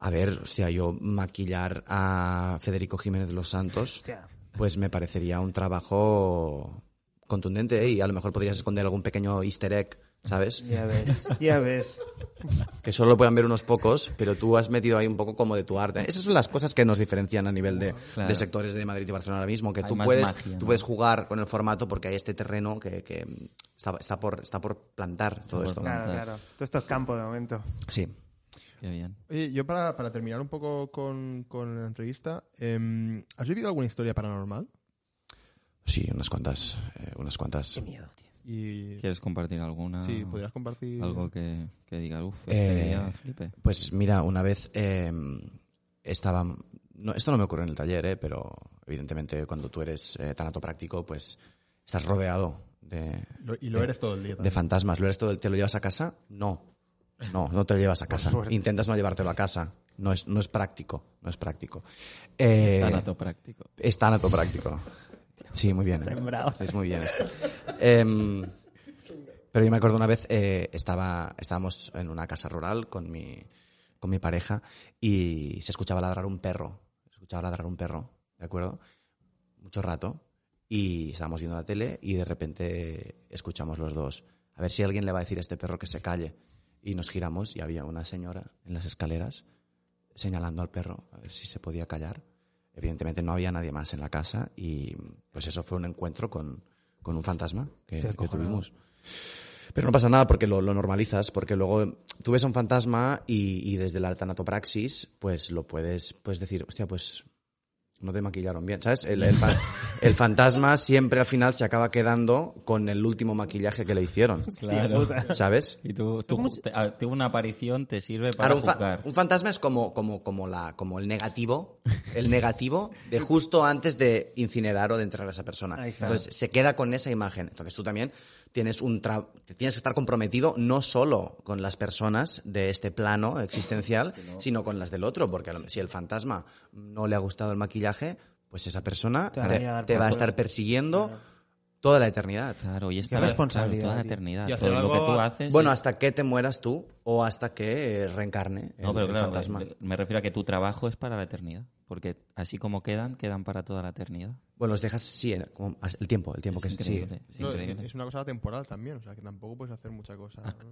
E: A ver, hostia, yo maquillar a Federico Jiménez de los Santos,
D: Hostia.
E: pues me parecería un trabajo contundente ¿eh? y a lo mejor podrías esconder algún pequeño easter egg, ¿sabes?
D: Ya ves, ya ves.
E: Que solo lo puedan ver unos pocos, pero tú has metido ahí un poco como de tu arte. Esas son las cosas que nos diferencian a nivel de,
C: Claro.
E: de sectores de Madrid y Barcelona ahora mismo, que
C: Hay
E: tú
C: más
E: puedes,
C: magia,
E: tú
C: ¿no?
E: puedes jugar con el formato porque hay este terreno que, que está, está, por, está por plantar todo
C: por
E: esto.
C: plantar.
D: Claro, claro. Todo esto es campo de momento.
E: Sí.
C: Qué bien.
B: Oye, yo para, para terminar un poco con, con la entrevista, em, ¿has vivido alguna historia paranormal?
E: Sí, unas cuantas, eh, unas cuantas.
D: Miedo, tío.
B: Y
C: ¿Quieres compartir alguna?
B: sí, podrías compartir
C: Algo que, que diga, uff,
E: Eh,
C: este día flipe.
E: Pues mira, una vez eh, estaba... No, esto no me ocurrió en el taller, eh, pero evidentemente cuando tú eres eh, tanato práctico, pues estás rodeado de,
B: Lo- y lo eres todo el día.
E: de
B: también.
E: fantasmas. ¿Lo eres todo? el- ¿Te lo llevas a casa? No. No, no te lo llevas a casa. Intentas no llevártelo a casa. No es, no es práctico. No es práctico. Eh,
C: Está nato práctico.
E: es tanato práctico. Sí, muy bien.
D: Sembrado.
E: Es muy bien esto. Em, pero yo me acuerdo una vez, eh, estaba, estábamos en una casa rural con mi, con mi pareja y se escuchaba ladrar un perro. Se escuchaba ladrar un perro, ¿de acuerdo? Mucho rato. Y estábamos viendo la tele y de repente escuchamos los dos. A ver si alguien le va a decir a este perro que se calle. Y nos giramos y había una señora en las escaleras señalando al perro a ver si se podía callar. Evidentemente no había nadie más en la casa y pues eso fue un encuentro con, con un fantasma que,
D: Hostia,
E: que
D: cojonado.
E: tuvimos. Pero no pasa nada porque lo, lo normalizas, porque luego tú ves a un fantasma y, y desde la tanatopraxis pues lo puedes, puedes decir, hostia, pues no te maquillaron bien, ¿sabes? El, el fa- el fantasma siempre al final se acaba quedando con el último maquillaje que le hicieron,
C: Claro.
E: ¿sabes?
C: Y tú, tú te- ah, tú una aparición te sirve para
E: Ahora, un, fa-
C: juzgar.
E: un fantasma es como, como, como, la, como el negativo, el negativo de justo antes de incinerar o de enterrar a esa persona.
D: Ahí está.
E: Entonces se queda con esa imagen. Entonces tú también tienes un tra- tienes que estar comprometido no solo con las personas de este plano existencial, sino con las del otro, porque a lo- si el fantasma no le ha gustado el maquillaje, pues esa persona
D: Te va a
E: te,
D: venir a dar
E: te
D: por
E: va a
D: culo.
E: estar persiguiendo toda la eternidad.
C: Claro, y es
D: Qué
C: para
D: responsabilidad,
C: claro, toda la
D: tío.
C: eternidad.
B: Y hacer
C: Todo lo que
B: algo-
C: tú haces.
E: Bueno,
C: es-
E: hasta que te mueras tú o hasta que eh, reencarne el,
C: No, pero
E: el
C: claro, eh,
E: fantasma.
C: me- me refiero a que tu trabajo es para la eternidad. Porque así como quedan, quedan para toda la eternidad.
E: Bueno, los dejas, sí, en- como as- el tiempo, el tiempo
C: Es
E: que sí.
C: increíble, es
B: No,
C: increíble.
B: es una cosa temporal también, o sea, que tampoco puedes hacer mucha cosa
C: Has- has
B: ¿no?
C: co-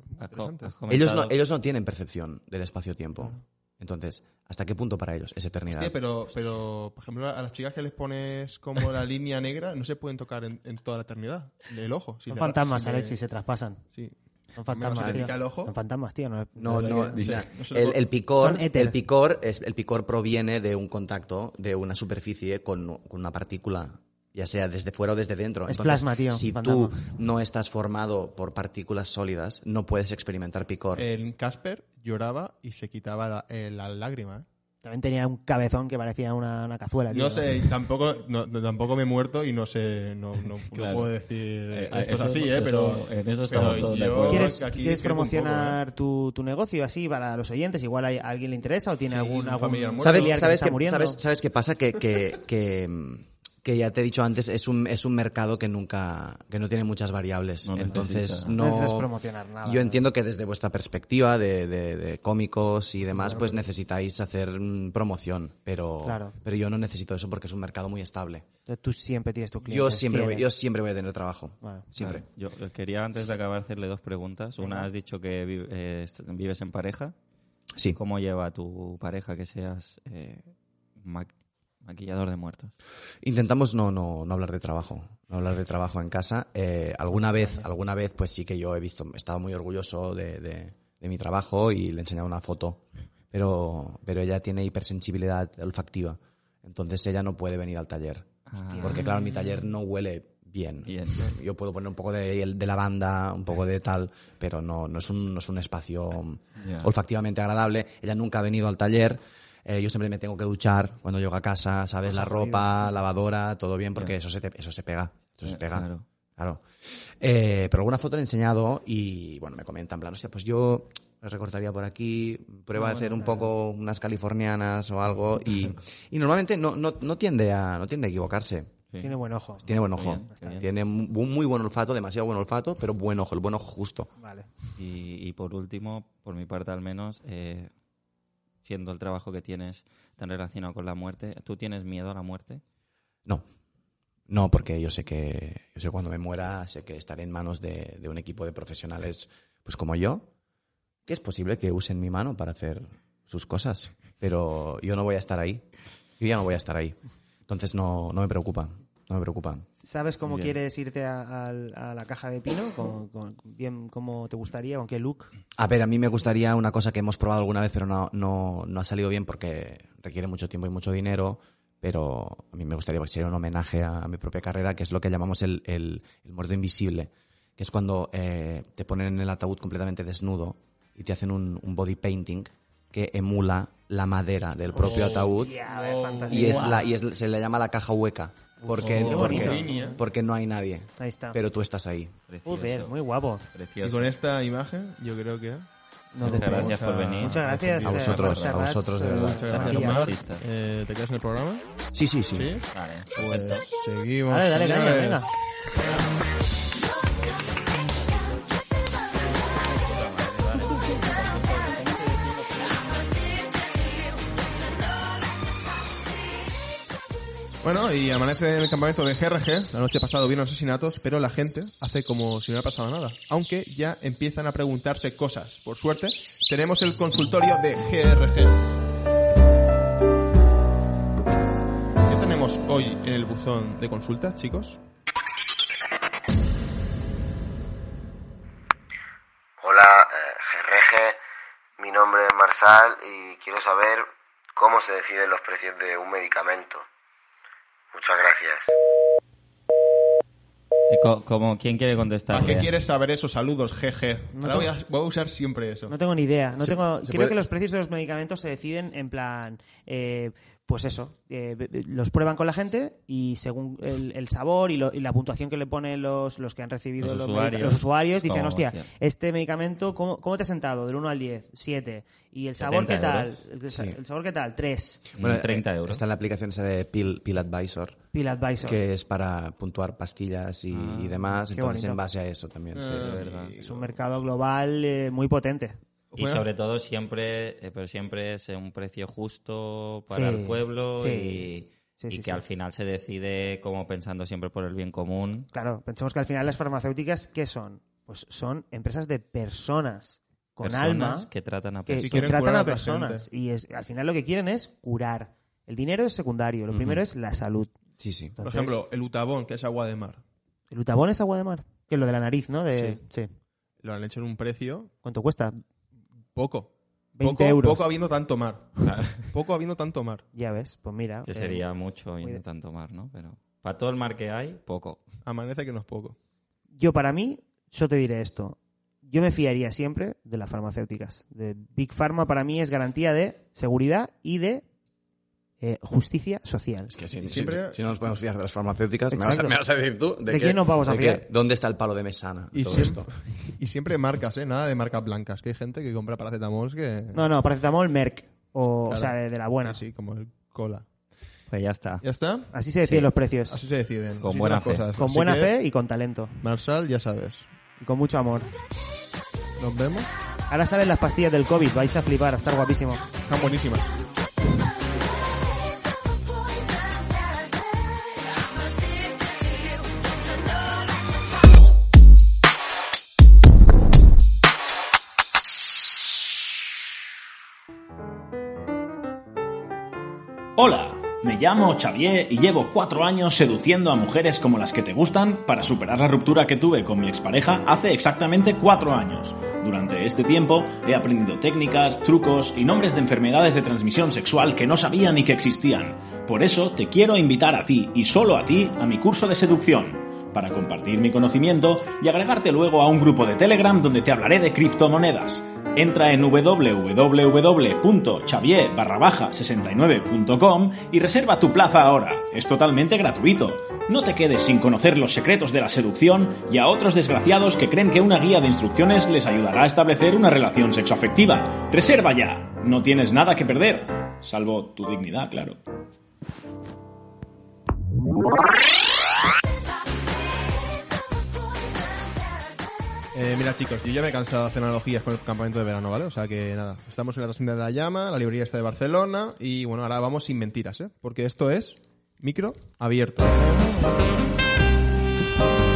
B: interesante.
C: has comentado-
E: Ellos no, ellos no tienen percepción del espacio-tiempo.
C: Ah.
E: Entonces, ¿hasta qué punto para ellos es eternidad?
B: Hostia, pero, pero, por ejemplo, a las chicas que les pones como la línea negra no se pueden tocar en, en toda la eternidad. El ojo. Si
D: Son
B: te-
D: fantasmas,
B: si te-
D: Alexis, eh. se traspasan.
B: Sí.
D: Son
B: Hombre,
D: fantasmas,
B: ¿se te
D: tío.
B: pica el ojo?
D: Son fantasmas, tío. No,
E: No, no,
B: no sé,
E: na-
B: no sé lo
E: el,
B: que-
E: el picor,
D: Son éter.
E: el picor, es, el picor proviene de un contacto de una superficie con, con una partícula, ya sea desde fuera o desde dentro.
D: Es plasma, tío,
E: Si
D: fantasma.
E: tú no estás formado por partículas sólidas, no puedes experimentar picor.
B: En Casper lloraba y se quitaba la, eh, la lágrima. ¿eh?
D: También tenía un cabezón que parecía una, una cazuela, tío.
B: No sé, y tampoco, no- no- tampoco me he muerto y no sé, no, no- no
C: Claro.
B: puedo decir
C: Eh,
B: eh, esto es
C: eso-
B: así, ¿eh?
C: eso-
B: Pero
C: en eso estamos
B: pero
C: todos de
B: yo
C: acuerdo.
D: ¿Quieres,
B: aquí
D: quieres
B: discrepo un poco, ¿eh?
D: promocionar tu, tu negocio así para los oyentes? Igual hay- a alguien le interesa o tiene
B: Sí,
D: algún,
B: un
D: algún
B: familiar muerto.
E: ¿Sabes,
D: familiar que
E: sabes
D: está
E: qué-
D: muriendo.
E: sabes- sabes qué pasa? Que, que, que, mm, que ya te he dicho antes, es un, es un mercado que nunca, que no tiene muchas variables.
C: No necesita-
E: Entonces,
C: no
E: no.
D: necesitas promocionar nada.
E: Yo entiendo que desde vuestra perspectiva de, de- de cómicos y demás, pues necesitáis hacer mm, promoción. Pero,
D: Claro.
E: pero yo no necesito eso porque es un mercado muy estable.
D: Entonces, tú siempre tienes tus clientes.
E: Yo siempre, voy,
D: fieles.
E: yo siempre voy a tener trabajo.
D: Bueno,
E: siempre.
C: Yo eh, quería antes de acabar hacerle dos preguntas. Una, has dicho que vi- eh, est- vives en pareja.
E: Sí.
C: ¿Cómo lleva a tu pareja que seas eh, ma- maquillador de muertos?
E: Intentamos no, no, no hablar de trabajo, no hablar de trabajo en casa. Eh, alguna vez, alguna vez, pues sí que yo he visto, he estado muy orgulloso de, de- de mi trabajo y le he enseñado una foto, pero, pero ella tiene hipersensibilidad olfactiva, entonces ella no puede venir al taller, porque claro, mi taller no huele bien.
C: Bien.
E: Yo puedo poner un poco de, de lavanda, un poco de tal, pero no, no, es, un, no es un espacio
C: Ya.
E: olfactivamente agradable. Ella nunca ha venido al taller. Eh, yo siempre me tengo que duchar cuando llego a casa, ¿sabes? La ropa, lavadora, todo bien, porque eso, se te- eso se pega. Eso se
C: Ya,
E: pega.
C: claro.
E: Claro. Eh, pero alguna foto le he enseñado y, bueno, me comenta en plan, hostia, pues yo recortaría por aquí, prueba a hacer un poco unas californianas o algo. Y, y normalmente no, no, no tiende a, no tiende a equivocarse.
C: Sí.
D: Tiene buen ojo.
E: Tiene buen ojo.
C: bien, está bien.
E: Tiene un muy buen olfato, demasiado buen olfato, pero buen ojo, el buen ojo justo.
D: Vale.
C: Y, y por último, por mi parte al menos, eh, siendo el trabajo que tienes tan relacionado con la muerte, ¿tú tienes miedo a la muerte?
E: No. No, porque yo sé que yo sé cuando me muera, sé que estaré en manos de, de un equipo de profesionales pues como yo, que es posible que usen mi mano para hacer sus cosas, pero yo no voy a estar ahí. Yo ya no voy a estar ahí. Entonces no, no me preocupa, no me preocupa.
D: ¿Sabes cómo
C: Bien.
D: quieres irte a, al- a la caja de pino? ¿Con, con- bien, ¿Cómo te gustaría? ¿Con qué look?
E: A ver, a mí me gustaría una cosa que hemos probado alguna vez, pero no, no, no ha salido bien porque requiere mucho tiempo y mucho dinero. Pero a mí me gustaría que sea un homenaje a, a mi propia carrera, que es lo que llamamos el, el, el muerto invisible, que es cuando eh, te ponen en el ataúd completamente desnudo y te hacen un, un body painting que emula la madera del propio ataúd
D: Hostia, de fantasía.
E: y es la y es, se le llama la caja hueca porque,
D: qué
E: porque,
D: bonito.
E: porque no hay nadie,
D: Ahí está.
E: pero tú estás ahí.
C: Precioso,
D: Joder, muy guapo.
B: ¿eh? Y
C: precioso.
B: con esta imagen, yo creo que.
D: No te
C: Muchas
D: preocupes.
C: gracias por venir.
D: Muchas gracias.
E: A
D: eh,
E: vosotros, a
D: Montserrat,
E: vosotros, de
D: eh,
E: verdad.
B: Muchas gracias,
D: García.
B: Omar.
C: Marxista.
B: Eh, ¿Te quedas en el programa?
E: Sí, sí, sí.
B: Sí.
C: Vale, perfecto.
B: Pues seguimos.
D: Dale, dale, caña,
B: señores.
D: venga.
B: Bueno, y amanece en el campamento de GRG. La noche pasada hubieron asesinatos, pero la gente hace como si no hubiera pasado nada. Aunque ya empiezan a preguntarse cosas. Por suerte, tenemos el consultorio de GRG. ¿Qué tenemos hoy en el buzón de consultas, chicos?
J: Hola, eh, GRG. Mi nombre es Marsal y quiero saber cómo se deciden los precios de un medicamento. Muchas gracias.
C: Eh, co- como- ¿Quién quiere contestar?
B: ¿A qué quieres saber esos saludos, GG?
D: No
B: Ahora voy,
D: tengo-
B: a, voy a usar siempre eso.
D: No tengo ni idea. No
E: Se-
D: tengo...
E: se
D: Creo
E: puede-
D: que los precios de los medicamentos se deciden en plan. eh, pues eso, eh, be- be- los prueban con la gente y según el, el sabor y, lo- y la puntuación que le ponen los, los que han recibido
C: Los
D: los, medica-
C: usuarios.
D: los usuarios, dicen,
C: Como,
D: hostia,
C: hostia.
D: este medicamento, ¿cómo, cómo te ha sentado? Del 1 al 10, 7. ¿Y el sabor
C: 70
D: qué tal?
C: euros.
D: El, sa-
E: Sí.
D: el sabor qué tal? 3.
E: Bueno,
C: 30
E: eh,
C: Mm. euros.
E: Está en la aplicación esa de Pill, Pill Advisor.
D: Pill Advisor.
E: Que es para puntuar pastillas y, y demás.
D: qué
E: Entonces,
D: bonito. Eh,
E: en base a eso también. sí.
C: Ah, de verdad.
D: Es un mercado global eh, muy potente.
C: Y sobre todo siempre, eh, pero siempre es un precio justo para
D: Sí,
C: el pueblo
D: sí.
C: y,
D: Sí,
C: y
D: sí,
C: que
D: sí.
C: al final se decide como pensando siempre por el bien común.
D: Claro, pensemos que al final las farmacéuticas, ¿qué son? Pues son empresas de personas con
C: Personas
D: alma
C: que tratan a
D: que,
B: Y
C: personas.
D: que
B: quieren
D: tratan
B: curar a
D: a
B: otra
D: personas.
B: gente.
D: Y es- al final lo que quieren es curar. El dinero es secundario, lo primero es la salud.
E: Sí, sí.
B: Por
D: Entonces,
B: ejemplo, el utabón, que es agua de mar.
D: ¿El utabón es agua de mar? Que es lo de la nariz, ¿no? De, sí.
B: Lo han hecho en un precio
D: ¿Cuánto cuesta?
B: poco.
D: 20
B: poco,
D: euros.
B: Poco habiendo tanto mar. poco habiendo tanto mar.
D: Ya ves, pues mira.
C: Que
D: eh,
C: sería mucho y
D: muy
C: no
D: de-
C: tanto mar, ¿no? Pero para todo el mar que hay, poco.
B: Amanece que no es poco.
D: Yo para mí, yo te diré esto. Yo me fiaría siempre de las farmacéuticas. De Big Pharma para mí es garantía de seguridad y de eh, justicia social.
E: Es que si,
B: Y
E: si-
B: siempre-
E: si no nos podemos fiar de las farmacéuticas, me vas, a,
D: Exacto.
E: me vas a decir tú.
D: ¿De quién nos vamos a
E: de
D: fiar?
E: qué? ¿Dónde está el palo de mesana?
B: Y,
E: todo
B: siem-
E: esto.
B: y siempre marcas, ¿eh? Nada de marcas blancas. Que hay gente que compra paracetamol que...
D: No, no, paracetamol Merck. O, o
B: Claro.
D: sea, de, de la buena.
B: Sí, como el cola.
C: Pues ya está.
B: ¿Ya está?
D: Así se deciden los precios.
B: Así se deciden.
C: Con
B: Así
C: buena
B: son las
C: fe.
B: cosas.
D: Con
B: Así
D: buena
B: que,
D: fe y con talento.
B: Marsal, ya sabes.
D: Y con mucho amor.
B: Nos vemos.
D: Ahora salen las pastillas del COVID. Vais a flipar, a estar guapísimo.
B: Están buenísimas.
K: Hola, me llamo Xavier y llevo cuatro años seduciendo a mujeres como las que te gustan para superar la ruptura que tuve con mi expareja hace exactamente cuatro años. Durante este tiempo he aprendido técnicas, trucos y nombres de enfermedades de transmisión sexual que no sabía ni que existían. Por eso te quiero invitar a ti y solo a ti a mi curso de seducción para compartir mi conocimiento y agregarte luego a un grupo de Telegram donde te hablaré de criptomonedas. Entra en www.xavier-69.com y reserva tu plaza ahora. Es totalmente gratuito. No te quedes sin conocer los secretos de la seducción y a otros desgraciados que creen que una guía de instrucciones les ayudará a establecer una relación sexoafectiva. Reserva ya. No tienes nada que perder. Salvo tu dignidad, claro.
B: Eh, mira, chicos, yo ya me he cansado de hacer analogías con el campamento de verano, ¿vale? O sea que nada, estamos en la tienda de la llama, la librería está de Barcelona y bueno, ahora vamos sin mentiras, ¿eh? Porque esto es micro abierto.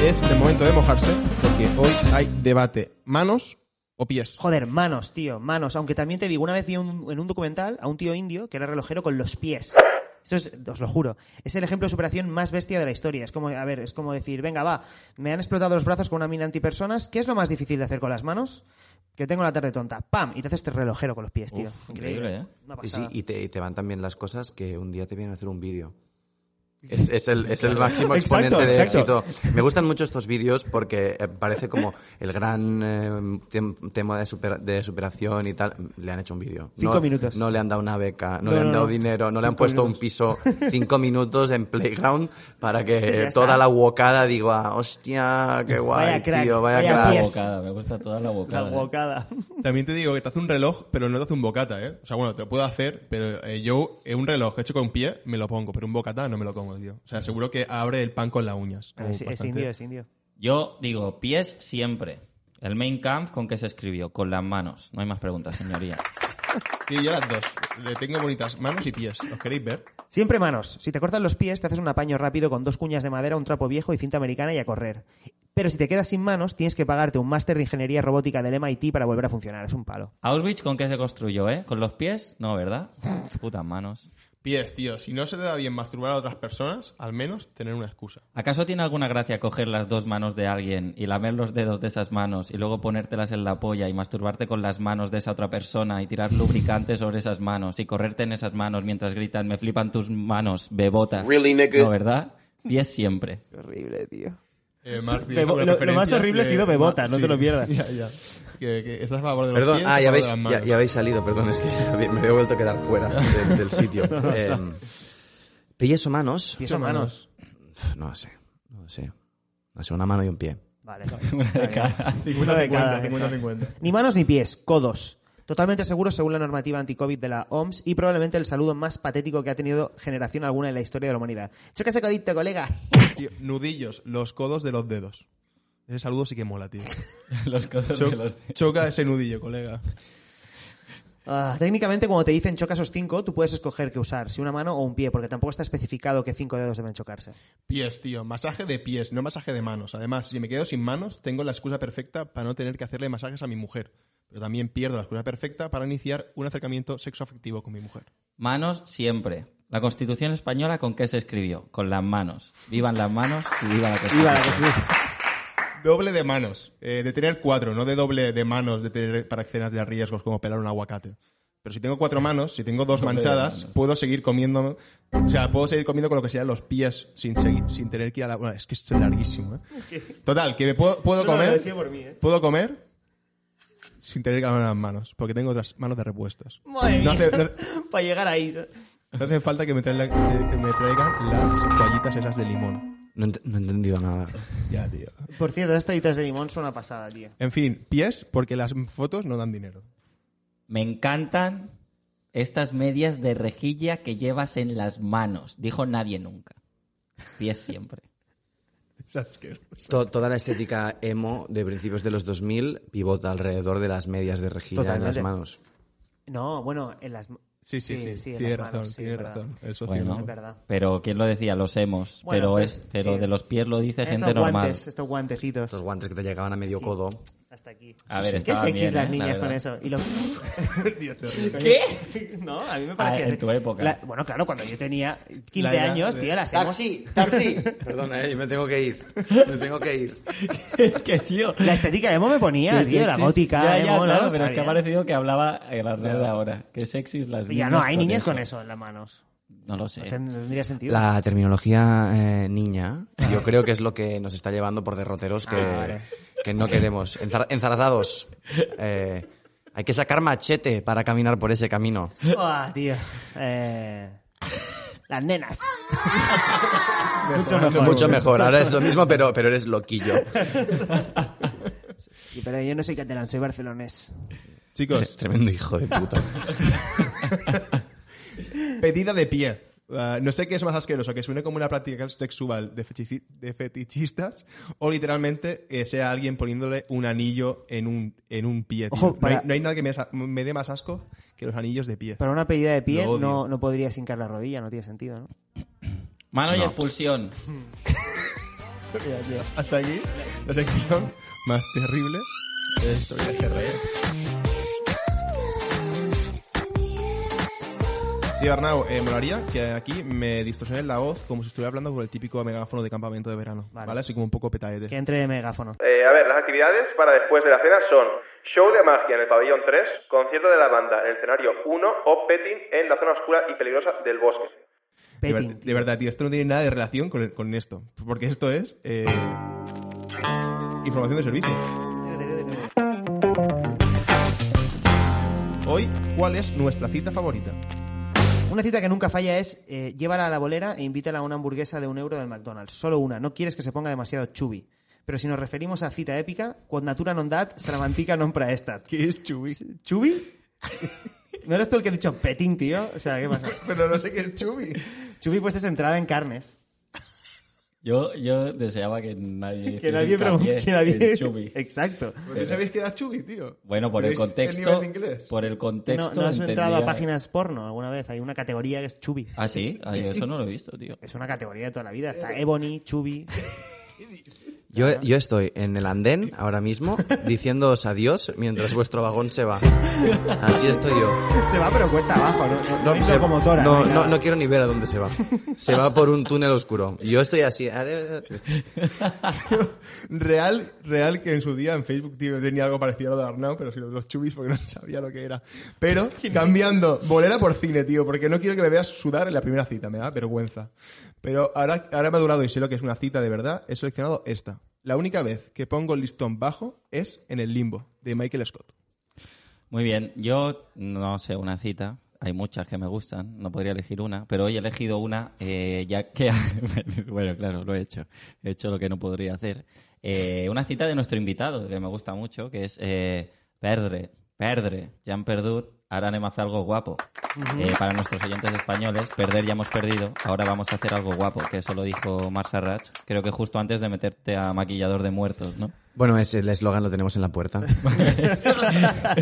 B: Es el momento ¿eh? de mojarse porque hoy hay debate, manos o pies.
D: Joder, manos, tío, manos. Aunque también te digo, una vez vi un- en un documental a un tío indio que era relojero con los pies. Esto es, os lo juro, es el ejemplo de superación más bestia de la historia. Es como, a ver, es como decir, venga, va, me han explotado los brazos con una mina antipersonas. ¿Qué es lo más difícil de hacer con las manos? Que tengo la tarde tonta. ¡Pam! Y te haces este relojero con los pies, tío.
C: Uf, increíble, ¿eh?
D: Una
E: Y sí,
D: pasada.
E: y te, y te van también las cosas que un día te vienen a hacer un vídeo. Es, es el, es el máximo
D: Exacto,
E: exponente de
D: exacto.
E: éxito. Me gustan mucho estos vídeos porque eh, parece como el gran eh, tem- tema de, supera- de superación y tal. Le han hecho un vídeo.
D: Cinco
E: no,
D: minutos.
E: No le han dado una beca, no,
D: No,
E: le han
D: no,
E: dado
D: no.
E: dinero, no le han
D: Cinco
E: puesto
D: minutos.
E: un piso. Cinco minutos en playground para que
D: está.
E: toda la bocada diga, hostia, qué guay,
D: Vaya crack,
E: tío, vaya,
D: vaya
E: crack.
C: La
D: Pies.
C: bocada, me gusta toda la
D: La
C: bocada. ¿eh?
D: bocada.
B: También te digo que te hace un reloj, pero no te hace un bocata, ¿eh? O sea, bueno, te lo puedo hacer, pero eh, yo eh, un reloj hecho con un pie me lo pongo, pero un bocata no me lo pongo, tío. O sea, seguro que abre el pan con las uñas. como
D: Es, es
B: bastante-
D: indio, es indio.
C: Yo digo, pies siempre. El main camp, ¿con qué se escribió? Con las manos. No hay más preguntas, señoría.
B: Tío, yo las dos. Le tengo bonitas manos y pies. ¿Os queréis ver?
D: Siempre manos. Si te cortas los pies, te haces un apaño rápido con dos cuñas de madera, un trapo viejo y cinta americana y a correr. Pero si te quedas sin manos, tienes que pagarte un máster de ingeniería robótica del MIT para volver a funcionar. Es un palo.
C: Auschwitz, ¿con qué se construyó, eh? ¿Con los pies? No, ¿verdad? Putas manos.
B: Pies, tío, si no se te da bien masturbar a otras personas, al menos tener una excusa.
C: ¿Acaso tiene alguna gracia coger las dos manos de alguien y lamer los dedos de esas manos y luego ponértelas en la polla y masturbarte con las manos de esa otra persona y tirar lubricante sobre esas manos y correrte en esas manos mientras gritan me flipan tus manos, bebota?
J: Really, nigga?
C: No, ¿verdad? Pies siempre.
D: Horrible, tío.
B: Eh, Mark,
D: Bebo- lo- lo más horrible ha sido Bebota, no te lo pierdas.
B: Ya, ya. que, que estás a favor de los
E: Perdón,
B: pies o
E: ah,
B: a
E: ya
B: favor
E: habéis,
B: de las
E: ya,
B: manos.
E: ya habéis salido, perdón, es que me había vuelto a quedar fuera de- del sitio. Eh, ¿Pies o manos?
D: Pies o manos.
E: No lo sé, no lo sé. No sé, una mano y un pie.
D: Vale.
C: Una de cada.
D: Uno de cada.
B: 50-50.
D: Ni manos ni pies, codos. Totalmente seguro según la normativa anti-COVID de la OMS y probablemente el saludo más patético que ha tenido generación alguna en la historia de la humanidad. Choca ese codito, colega.
B: Tío, nudillos, los codos de los dedos. Ese saludo sí que mola, tío.
C: Los codos
B: Cho-
C: de los dedos.
B: Choca ese nudillo, colega.
D: Ah, técnicamente, cuando te dicen choca esos cinco, tú puedes escoger qué usar, si una mano o un pie, porque tampoco está especificado que cinco dedos deben chocarse.
B: Pies, tío. Masaje de pies, no masaje de manos. Además, si me quedo sin manos, tengo la excusa perfecta para no tener que hacerle masajes a mi mujer. Pero también pierdo la excusa perfecta para iniciar un acercamiento sexoafectivo con mi mujer.
C: Manos siempre. La Constitución española con qué se escribió? Con las manos. Vivan las manos y viva la Constitución.
B: Doble de manos. Eh, de tener cuatro, no de doble de manos de tener para escenas de riesgos como pelar un aguacate. Pero si tengo cuatro manos, si tengo dos
C: Doble de
B: manchadas,
C: manos.
B: puedo seguir comiendo. O sea, puedo seguir comiendo con lo que serían los pies sin, seguir- sin tener que ir a la. Bueno, es que esto es larguísimo, ¿eh? Total, que me puedo, puedo comer. Puedo comer sin tener que lavar las manos, porque tengo otras manos de repuestos.
D: Madre
B: no, hace,
D: mía.
B: no-
D: Para llegar ahí.
B: no hace falta que me, traen la- que- que me traigan las toallitas esas de limón.
E: No, ent- no he entendido nada.
B: Ya, tío.
D: Por cierto, estas toallitas de limón son una pasada, tío.
B: En fin, pies, porque las fotos no dan dinero.
C: Me encantan estas medias de rejilla que llevas en las manos. Dijo nadie nunca. Pies siempre.
B: Es asqueroso.
E: To- toda la estética emo de principios de los 2000 pivota alrededor de las medias de rejilla
D: Totalmente.
E: en las manos.
D: No, bueno, en las.
B: Sí, sí, sí.
D: en
B: tiene
D: las manos,
B: razón,
D: sí,
B: tiene
D: es verdad.
B: razón. El sociólogo.
C: Bueno,
D: Es verdad.
C: pero ¿quién lo decía? Los hemos.
D: Bueno,
C: pero
D: pues,
C: es, pero
D: sí.
C: de los pies lo dice gente
D: estos
C: normal.
D: guantes, estos guantecitos.
E: Estos guantes que te llegaban a medio codo.
D: Hasta aquí.
C: A ver,
D: Qué
C: estaban
D: sexys
C: bien,
D: las
C: ¿eh?
D: niñas
C: La
D: con
C: verdad.
D: eso. Y los...
B: Dios, terrible.
D: ¿Qué? No, a mí me
C: Ah,
D: parece.
C: en tu época.
D: La- Bueno, claro, cuando yo tenía 15
B: La edad
D: años,
B: de-
D: tío, las hemos...
F: Taxi, taxi.
E: Perdona, eh, me tengo que ir. Me tengo que ir.
C: que tío.
D: La estética emo me ponía,
C: que
D: tío, la
C: sexys.
D: gótica,
C: Ya, ya,
D: emo, ¿no?
C: claro, pero
D: Está
C: es que ha
D: bien.
C: parecido que hablaba el Arnau de ahora. Que sexys las niñas. Eh,
D: Ya no, hay niñas con eso en las manos.
C: No lo
D: No
C: sé.
D: ten- no tendría sentido.
E: La terminología eh, niña, yo creo que es lo que nos está llevando por derroteros que,
D: Ah, vale.
E: que no queremos. Enzar- Enzarzados. Eh, hay que sacar machete para caminar por ese camino.
D: Buah, tío. Eh, Las nenas.
B: Mucho mejor.
E: Mucho mejor. Ahora es lo mismo, pero, pero eres loquillo.
D: Y, Pero yo no soy catalán, soy barcelonés.
B: Chicos,
E: Tremendo hijo de puta.
B: pedida de pie. Ah, no sé qué es más asqueroso, que suene como una práctica sexual de, fetichi- de fetichistas o literalmente eh, sea alguien poniéndole un anillo en un, en un pie. tío.
D: Ojo,
B: no, hay,
D: para-
B: no hay nada que me, sa- me dé más asco que los anillos de pie.
D: Para una pedida de pie
B: Lo odio.
D: no, no podrías hincar la rodilla, no tiene sentido, ¿no?
C: Mano y expulsión.
B: Hasta allí, la sección más terrible de la historia de Ferrer. Tío Arnau, eh, molaría que aquí me distorsionen la voz como si estuviera hablando con el típico megáfono de campamento de verano.
D: Vale.
B: Vale. Así como un poco petaete.
D: Que entre megáfono.
L: Eh, a ver, las actividades para después de la cena son show de magia en el pabellón 3, concierto de la banda en el escenario 1 o petting en la zona oscura y peligrosa del bosque.
B: De, ver-
D: Petting.
B: de verdad, tío, esto no tiene nada de relación con, el- con esto. Porque esto es. eh, información de servicio. Hoy, ¿cuál es nuestra cita favorita?
D: Una cita que nunca falla es eh, llévala a la bolera e invítala a una hamburguesa de un euro del McDonald's. Solo una. No quieres que se ponga demasiado chubby. Pero si nos referimos a cita épica, quod natura non dat, salamantica non praestat.
B: ¿Qué es Chubi?
D: ¿Chubi? ¿No eres tú el que ha dicho petting, tío? O sea, ¿qué pasa?
B: Pero no sé qué es Chubi.
D: Chubi pues es entrada en carnes.
C: Yo, yo deseaba que nadie.
D: Que
C: hiciese
D: nadie
C: hincapié
D: pregunte. Que nadie...
C: en Chubby.
D: Exacto.
B: ¿Por qué sabéis qué era Chubi, tío?
C: Bueno, por el
B: ¿Tenéis
C: contexto.
B: nivel de inglés?
C: Por el
D: No,
C: contexto.
D: ¿No has entrado a
C: entendía-
D: páginas porno alguna vez? Hay una categoría que es Chubi.
C: Ah, sí. Ay, Eso no lo he visto, tío.
D: Es una categoría de toda la vida. Está Ebony, Chubi.
E: Yo, yo estoy en el andén ahora mismo diciéndoos adiós mientras vuestro vagón se va. Así estoy yo.
D: Se va, pero cuesta abajo, ¿no? No, no,
E: se-
D: como Tora.
E: no,
D: ni
E: no-
D: nada.
E: no quiero ni ver a dónde se va. Se va por un túnel oscuro. Yo estoy así.
B: Real, real que en su día en Facebook tío, tenía algo parecido a lo de Arnau, pero sí lo de los chubis porque no sabía lo que era. Pero cambiando, bolera por cine, tío, porque no quiero que me veas sudar en la primera cita, me da vergüenza. Pero ahora, ahora he madurado y sé lo que es una cita de verdad, he seleccionado esta. La única vez que pongo el listón bajo es en El Limbo, de Michael Scott.
C: Muy bien, yo no sé una cita. Hay muchas que me gustan, no podría elegir una, pero hoy he elegido una eh, ya que... bueno, claro, lo he hecho. He hecho lo que no podría hacer. Eh, una cita de nuestro invitado, que me gusta mucho, que es eh, Perdre, Perdre, Jean Perdut, ahora me hace algo guapo.
M: Ujú.
C: Eh, para nuestros oyentes españoles, perder ya hemos perdido, ahora vamos a hacer algo guapo, que eso lo dijo Marsarrach, creo que justo antes de meterte a maquillador de muertos, ¿no?
E: Bueno, es, el eslogan lo tenemos en la puerta.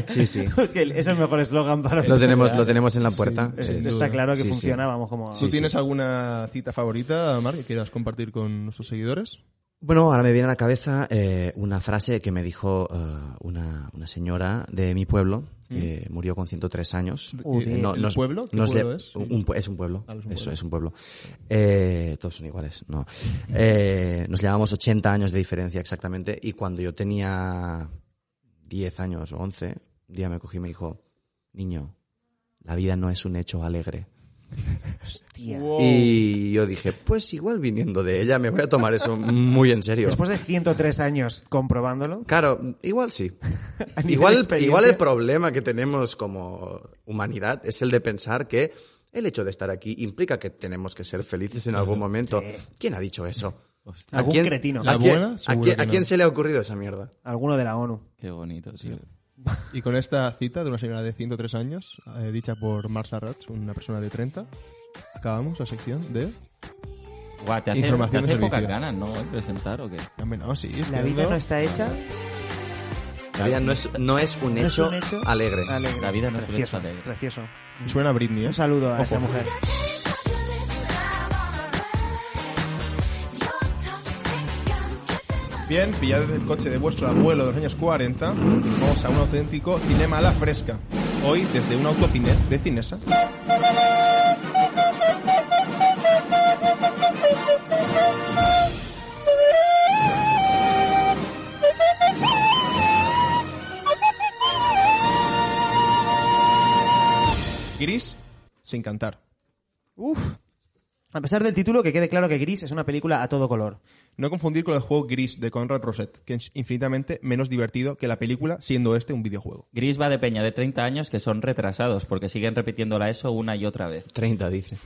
E: sí, sí.
D: Es que es el mejor eslogan para
E: Lo tenemos, lo tenemos en la puerta.
D: Sí,
E: Eh,
D: está claro que
E: sí, sí.
D: funciona, vamos como...
B: ¿Tú
E: Sí, sí.
B: tienes alguna cita favorita, Mar, que quieras compartir con nuestros seguidores?
E: Bueno, ahora me viene a la cabeza eh, una frase que me dijo eh, una, una señora de mi pueblo que murió con 103 años.
B: Joder.
E: Eh,
B: ¿El
E: nos-
B: pueblo? ¿Mm? ¿Qué
E: nos
B: pueblo
E: le-
B: es?
E: Un, pue- es un pueblo.
B: Ah, es un
E: Eso es un pueblo. Eh, todos son iguales, no. Eh, nos llevamos 80 años de diferencia exactamente y cuando yo tenía 10 años o 11, un día me cogí y me dijo, niño, la vida no es un hecho alegre.
D: Hostia.
E: Y yo dije, pues igual viniendo de ella me voy a tomar eso muy en serio.
D: Después de 103 años comprobándolo...
E: Claro, igual sí.
D: A nivel
E: Igual,
D: experiencia.
E: igual el problema que tenemos como humanidad es el de pensar que el hecho de estar aquí implica que tenemos que ser felices en algún momento. ¿Quién ha dicho eso?
D: Hostia. Algún cretino.
E: ¿A
D: La
E: quién,
D: buena,
E: a
D: seguro
E: quién-
D: que
E: a quién
D: no.
E: se le ha ocurrido esa mierda?
D: Alguno de la ONU.
C: Qué bonito, sí.
B: Y con esta cita de una señora de 103 años, eh, dicha por Martha Ratch, una persona de 30, acabamos la sección de...
C: Guau, te hace,
B: Información
C: te
B: de
C: hace pocas
B: servicio.
C: ganas, ¿no? El presentar o qué.
B: Hombre, no, sí. es
D: La
B: que
D: vida
B: no-
D: no está hecha...
E: La vida no es, no es un
D: ¿No es
E: hecho
D: un hecho?
E: alegre.
D: Alegre. La vida no es un Precioso, hecho alegre. precioso. Suena
B: a Britney, ¿eh?
D: Un saludo a
B: Ojo.
D: esa mujer.
B: Bien, pillad el coche de vuestro abuelo de los años 40, vamos a un auténtico cinema a la fresca. Hoy desde un autocine de Cinesa. Gris sin cantar.
D: Uf. A pesar del título, que quede claro que Gris es una película a todo color.
B: No confundir con el juego Gris de Conrad Roset, que es infinitamente menos divertido que la película, siendo este un videojuego.
C: Gris va de peña de 30 años que son retrasados porque siguen repitiendo la ESO una y otra vez.
E: 30, dice.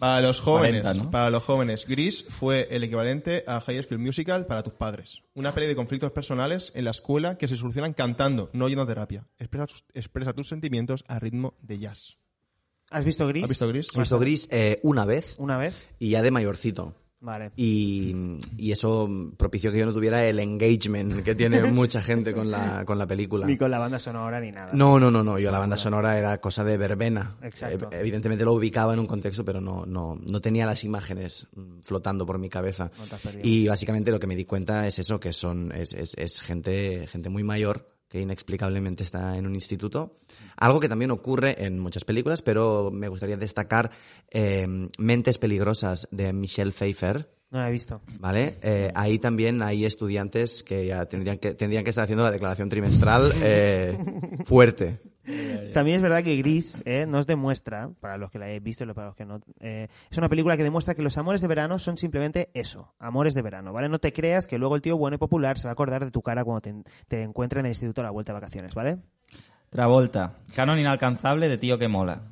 B: Para los jóvenes,
C: 40, ¿no?
B: para los jóvenes, Gris fue el equivalente a High School Musical para tus padres. Una peli de conflictos personales en la escuela que se solucionan cantando, no yendo a terapia. Expresa tus, expresa tus sentimientos a ritmo de jazz.
D: ¿Has visto Gris?
B: ¿Has visto Gris?
E: He visto gris eh, una vez
D: Una vez.
E: y ya de mayorcito.
D: Vale.
E: Y, y eso propició que yo no tuviera el engagement que tiene mucha gente con la, con la película.
D: Ni con la banda sonora ni nada.
E: No, no, no, no. Yo la banda sonora era cosa de verbena.
D: Exacto.
E: Eh, evidentemente lo ubicaba en un contexto, pero no, no, no tenía las imágenes mm, flotando por mi cabeza.
D: No te has perdido.
E: y básicamente lo que me di cuenta es eso, que son, es, es- es gente, gente muy mayor que inexplicablemente está en un instituto. Algo que también ocurre en muchas películas, pero me gustaría destacar eh, Mentes Peligrosas de Michelle Pfeiffer.
D: No la he visto.
E: ¿Vale? Eh, ahí también hay estudiantes que ya tendrían que, tendrían que estar haciendo la declaración trimestral eh, fuerte.
D: También es verdad que Gris eh, nos demuestra, para los que la hayáis visto y para los que no, eh, es una película que demuestra que los amores de verano son simplemente eso, amores de verano, ¿vale? No te creas que luego el tío bueno y popular se va a acordar de tu cara cuando te, te encuentre en el instituto a la vuelta de vacaciones, ¿vale?
C: Travolta, canon inalcanzable de tío que mola.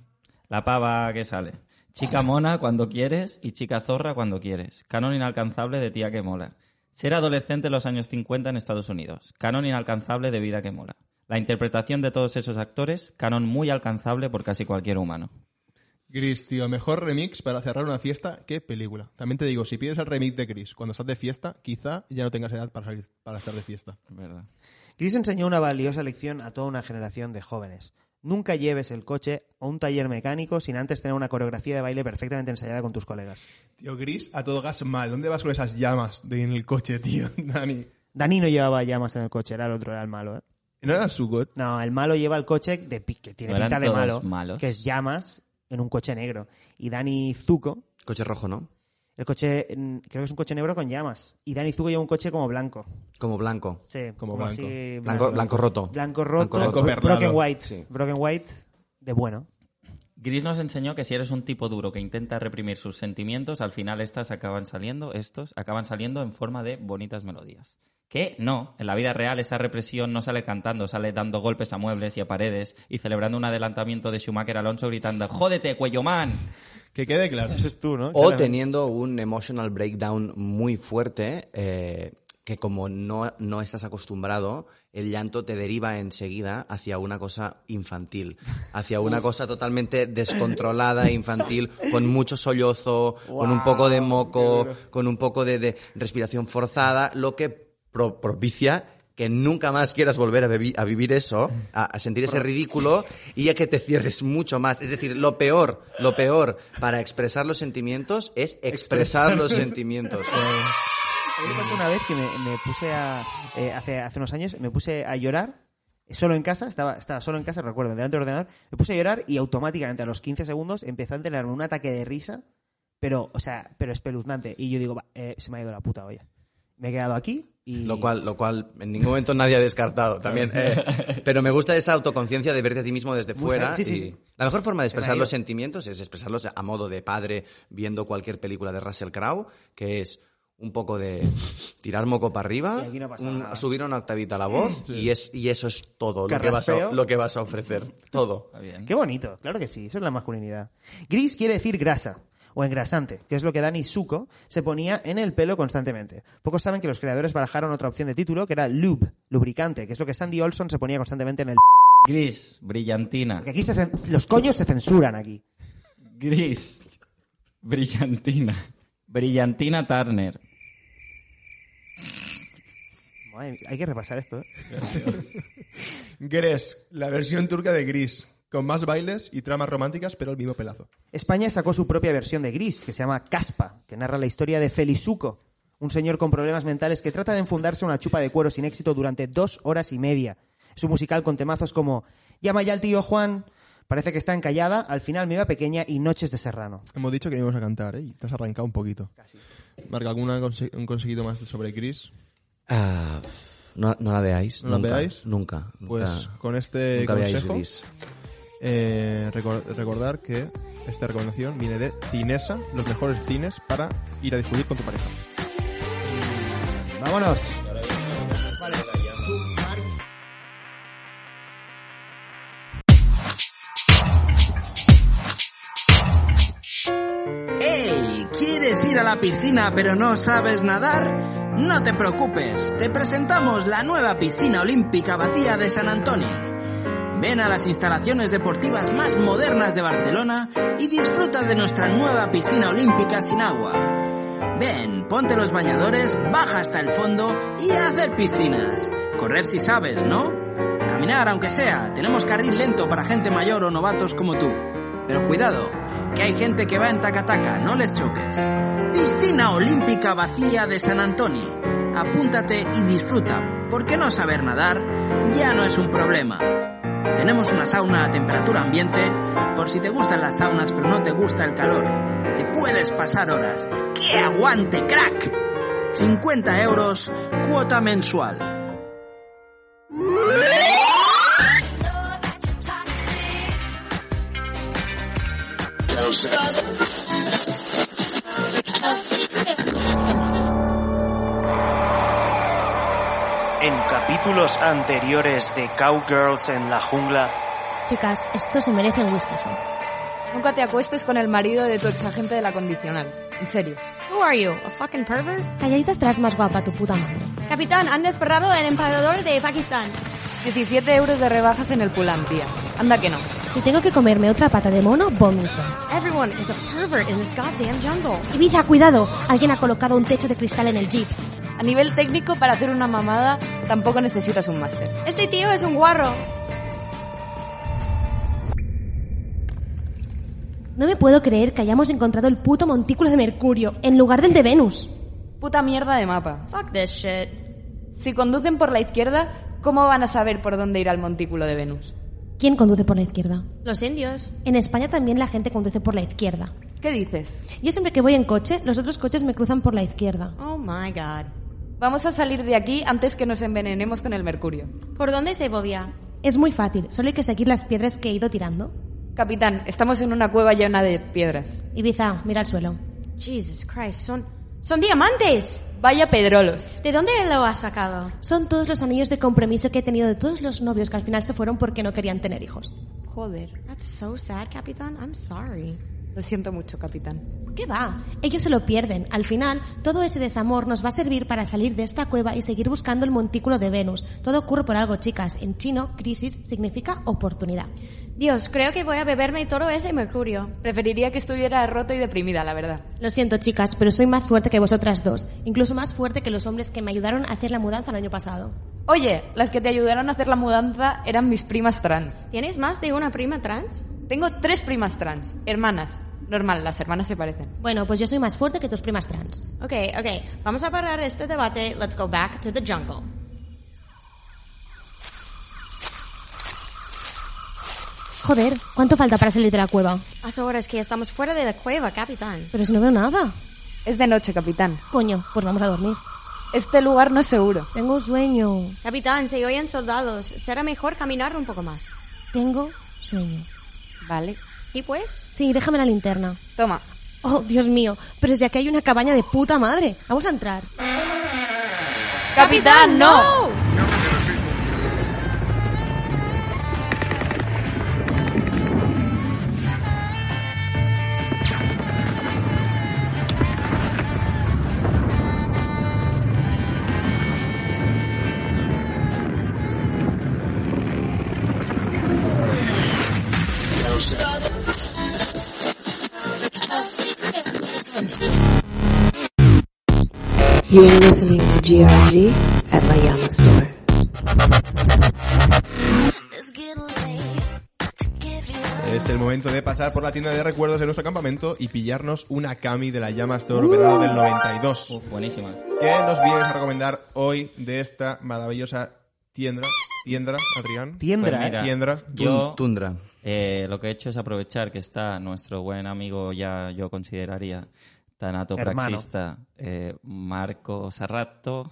C: La pava que sale. Chica mona cuando quieres y chica zorra cuando quieres. Canon inalcanzable de tía que mola. Ser adolescente en los años 50 en Estados Unidos. Canon inalcanzable de vida que mola. La interpretación de todos esos actores, canon muy alcanzable por casi cualquier humano.
B: Gris, tío, mejor remix para cerrar una fiesta que película. También te digo, si pides el remix de Gris cuando estás de fiesta, quizá ya no tengas edad para salir, para estar de fiesta.
C: Verdad.
D: Gris enseñó una valiosa lección a toda una generación de jóvenes. Nunca lleves el coche a un taller mecánico sin antes tener una coreografía de baile perfectamente ensayada con tus colegas.
B: Tío, Gris a todo gas mal. ¿Dónde vas con esas llamas de en el coche, tío, Dani?
D: Dani no llevaba llamas en el coche, era el otro, era el malo, ¿eh?
B: ¿No era su god?
D: No, el malo lleva el coche de pi- que tiene
E: ¿No eran
D: pinta de
E: todos
D: malo,
E: malos?
D: que es llamas en un coche negro. Y Dani Zuko,
E: Coche rojo, ¿no?
D: el coche, mm, creo que es un coche negro con llamas. Y Dani Zuko lleva un coche como blanco.
E: Como blanco.
D: Sí,
E: Como
D: así,
E: blanco. Blanco- blanco roto.
D: Blanco roto,
E: Blanco roto.
D: bro- broken
E: Perlado.
D: white.
E: Sí.
D: Broken white de bueno.
C: Gris nos enseñó que si eres un tipo duro que intenta reprimir sus sentimientos, al final estas acaban saliendo, estos acaban saliendo en forma de bonitas melodías. Que no, en la vida real esa represión no sale cantando, sale dando golpes a muebles y a paredes y celebrando un adelantamiento de Schumacher Alonso gritando ¡Jódete, cuello man!
B: Que quede claro.
E: Ese es
B: tú, ¿no?
E: O teniendo un emotional breakdown muy fuerte, eh, que como no, no estás acostumbrado, el llanto te deriva enseguida hacia una cosa infantil, hacia una cosa totalmente descontrolada, e infantil, con mucho sollozo, con un poco de moco, con un poco de, de respiración forzada, lo que pro- propicia que nunca más quieras volver a, bebi- a vivir eso, a, a sentir ese ridículo y a que te cierres mucho más. Es decir, lo peor, lo peor para expresar los sentimientos es expresar los sentimientos.
D: A mí me pasó una vez que me, me puse a. eh, hace, hace unos años me puse a llorar solo en casa, estaba, estaba solo en casa, recuerdo, delante del ordenador. Me puse a llorar y automáticamente a los 15 segundos empezó a enterarme un ataque de risa, pero, o sea, pero espeluznante. Y yo digo, "Va, eh, se me ha ido la puta olla. Me he quedado aquí y.
E: Lo cual, lo cual en ningún momento nadie ha descartado también. eh, pero me gusta esa autoconciencia de verte a ti mismo desde
D: Muy
E: fuera.
D: bien, sí, sí,
E: y-
D: sí.
E: La mejor forma de
D: Se me ha
E: expresar los
D: ido.
E: sentimientos es expresarlos a modo de padre viendo cualquier película de Russell Crowe, que es un poco de tirar moco para arriba,
D: Y aquí no pasa
E: un-
D: nada.
E: subir una octavita la voz y, es, y eso es todo lo que, vas
D: Carraspeo.
E: a, lo que vas a ofrecer. Todo.
D: Qué bonito, claro que sí, eso es la masculinidad. Gris quiere decir grasa o engrasante, que es lo que Dani Suco se ponía en el pelo constantemente. Pocos saben que los creadores barajaron otra opción de título que era lube, lubricante, que es lo que Sandy Olson se ponía constantemente en el
C: Gris, brillantina.
D: Porque aquí se cen- los coños se censuran aquí.
C: Gris, brillantina. Brillantina Turner.
D: Madre mía, hay que repasar esto. ¿eh?
B: Gres, la versión turca de Gris, con más bailes y tramas románticas, pero el mismo pelazo.
D: España sacó su propia versión de Gris, que se llama Caspa, que narra la historia de Felizuco, un señor con problemas mentales que trata de enfundarse una chupa de cuero sin éxito durante dos horas y media. Es un musical con temazos como Llama ya al tío Juan, parece que está encallada, al final me iba pequeña y Noches de Serrano.
B: Hemos dicho que íbamos a cantar, ¿eh? Y te has arrancado un poquito. Casi. Marca, ¿alguna conse- un conseguido más sobre Gris?
E: Ah, no, no la veáis.
B: ¿No la
E: nunca,
B: veáis?
E: Nunca.
B: Pues
E: nunca.
B: con este
E: nunca veáis
B: consejo,
E: Gris.
B: eh, recor- recordar que esta recomendación viene de Cinesa, los mejores cines para ir a discutir con tu pareja.
D: ¡Vámonos!
M: ¡Ey! ¿Quieres ir a la piscina pero no sabes nadar? No te preocupes, te presentamos la nueva piscina olímpica vacía de San Antonio. Ven a las instalaciones deportivas más modernas de Barcelona y disfruta de nuestra nueva piscina olímpica sin agua. Ven, ponte los bañadores, baja hasta el fondo y a hacer piscinas. Correr si sabes, ¿no? Caminar aunque sea, tenemos carril lento para gente mayor o novatos como tú. Pero cuidado, que hay gente que va en tacataca, no les choques. Piscina Olímpica Vacía de San Antonio. Apúntate y disfruta, porque no saber nadar ya no es un problema. Tenemos una sauna a temperatura ambiente, por si te gustan las saunas pero no te gusta el calor. Te puedes pasar horas. ¡Que aguante, crack! 50 euros, cuota mensual.
N: En capítulos anteriores de Cowgirls en la jungla,
O: Chicas, esto se merece un whisky.
P: Nunca te acuestes con el marido de tu exagente de la condicional. En serio.
O: Who are you? A fucking pervert? Calladita estarás más guapa, tu puta madre.
P: Capitán, han desperrado el emperador de Pakistán. 17 euros de rebajas en el Pulam, tía. Anda que no.
O: Si tengo que comerme otra pata de mono, vómito.
P: Everyone is a pervert in this goddamn jungle.
O: Ibiza, cuidado. Alguien ha colocado un techo de cristal en el jeep.
P: A nivel técnico, para hacer una mamada, tampoco necesitas un máster. Este tío es un guarro.
O: No me puedo creer que hayamos encontrado el puto montículo de Mercurio en lugar del de Venus.
P: Puta mierda de mapa. Fuck this shit. Si conducen por la izquierda, ¿cómo van a saber por dónde ir al montículo de Venus?
O: ¿Quién conduce por la izquierda?
P: Los indios.
O: En España también la gente conduce por la izquierda.
P: ¿Qué dices?
O: Yo siempre que voy en coche, los otros coches me cruzan por la izquierda.
P: Oh my god. Vamos a salir de aquí antes que nos envenenemos con el mercurio.
O: ¿Por dónde se bobia? Es muy fácil, solo hay que seguir las piedras que he ido tirando.
P: Capitán, estamos en una cueva llena de piedras.
Q: Ibiza, mira al suelo.
R: Jesus Christ, son, son diamantes.
P: Vaya pedrolos.
R: ¿De dónde lo has sacado?
Q: Son todos los anillos de compromiso que he tenido de todos los novios que al final se fueron porque no querían tener hijos.
R: Joder. That's so sad, Capitán. I'm sorry.
P: Lo siento mucho, capitán.
Q: ¿Qué va? Ellos se lo pierden. Al final, todo ese desamor nos va a servir para salir de esta cueva y seguir buscando el montículo de Venus. Todo ocurre por algo, chicas. En chino, crisis significa oportunidad.
R: Dios, creo que voy a beberme todo ese mercurio.
P: Preferiría que estuviera roto y deprimida, la verdad.
Q: Lo siento, chicas, pero soy más fuerte que vosotras dos. Incluso más fuerte que los hombres que me ayudaron a hacer la mudanza el año pasado.
P: Oye, las que te ayudaron a hacer la mudanza eran mis primas trans.
R: ¿Tienes más de una prima trans?
P: Tengo tres primas trans, hermanas. Normal, las hermanas se parecen.
Q: Bueno, pues yo soy más fuerte que tus primas trans.
R: Ok, ok. Vamos a parar este debate. Let's go back to the jungle.
Q: Joder, ¿cuánto falta para salir de la cueva?
R: Hace horas que estamos fuera de la cueva, capitán.
Q: Pero si no veo nada.
P: Es de noche, capitán.
Q: Coño, pues vamos a dormir.
P: Este lugar no es seguro.
Q: Tengo sueño.
R: Capitán, se oyen soldados. Será mejor caminar un poco más.
Q: Tengo sueño.
P: Vale.
R: ¿Y pues?
Q: Sí, déjame la linterna.
P: Toma.
Q: Oh, Dios mío, pero si aquí hay una cabaña de puta madre. Vamos a entrar.
P: ¡Capitán, no!
S: You're listening to GRG at my Yama store.
B: Es el momento de pasar por la tienda de recuerdos de nuestro campamento y pillarnos una Kami de la Llama Store
D: Uh.
B: verano del 92.
C: Uf, buenísima.
B: ¿Qué nos vienes a recomendar hoy de esta maravillosa tienda? ¿Tiendra, Adrián?
D: Tiendra,
B: Pues mira,
C: Mira,
B: Tiendra.
C: yo,
E: Tundra.
C: eh, lo que he hecho es aprovechar que está nuestro buen amigo, ya yo consideraría, tanatopraxista, eh, Marco Sarrato.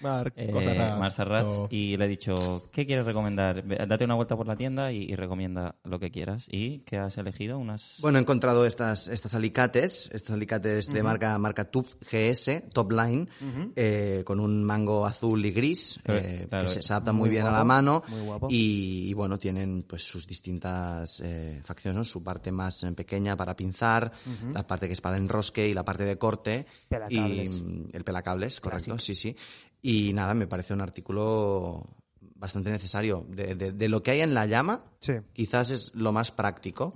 B: Marco
C: eh,
B: Sarrato.
C: Mar Sarrat, Y le he dicho, ¿qué quieres recomendar? Ve- Date una vuelta por la tienda y, y recomienda lo que quieras. ¿Y qué has elegido? Unas...
E: Bueno, he encontrado estas, estas alicates, estos alicates de
C: Ujú.
E: marca, marca Tub GS, Top Line,
C: Ujú.
E: eh, con un mango azul y gris,
C: Pero,
E: eh,
C: claro,
E: que se, se adaptan muy,
C: muy
E: bien a la
C: guapo,
E: mano.
C: muy guapo.
E: Y, y bueno, tienen pues sus distintas eh, facciones, ¿no? su parte más eh, pequeña para pinzar,
D: Ujú.
E: la parte que es para enrosque y la parte de corte.
D: Pelacables.
E: Y, mm, el pelacables, correcto, sí, sí. Y nada, me parece un artículo bastante necesario. De, de- de lo que hay en la llama, quizás es lo más práctico.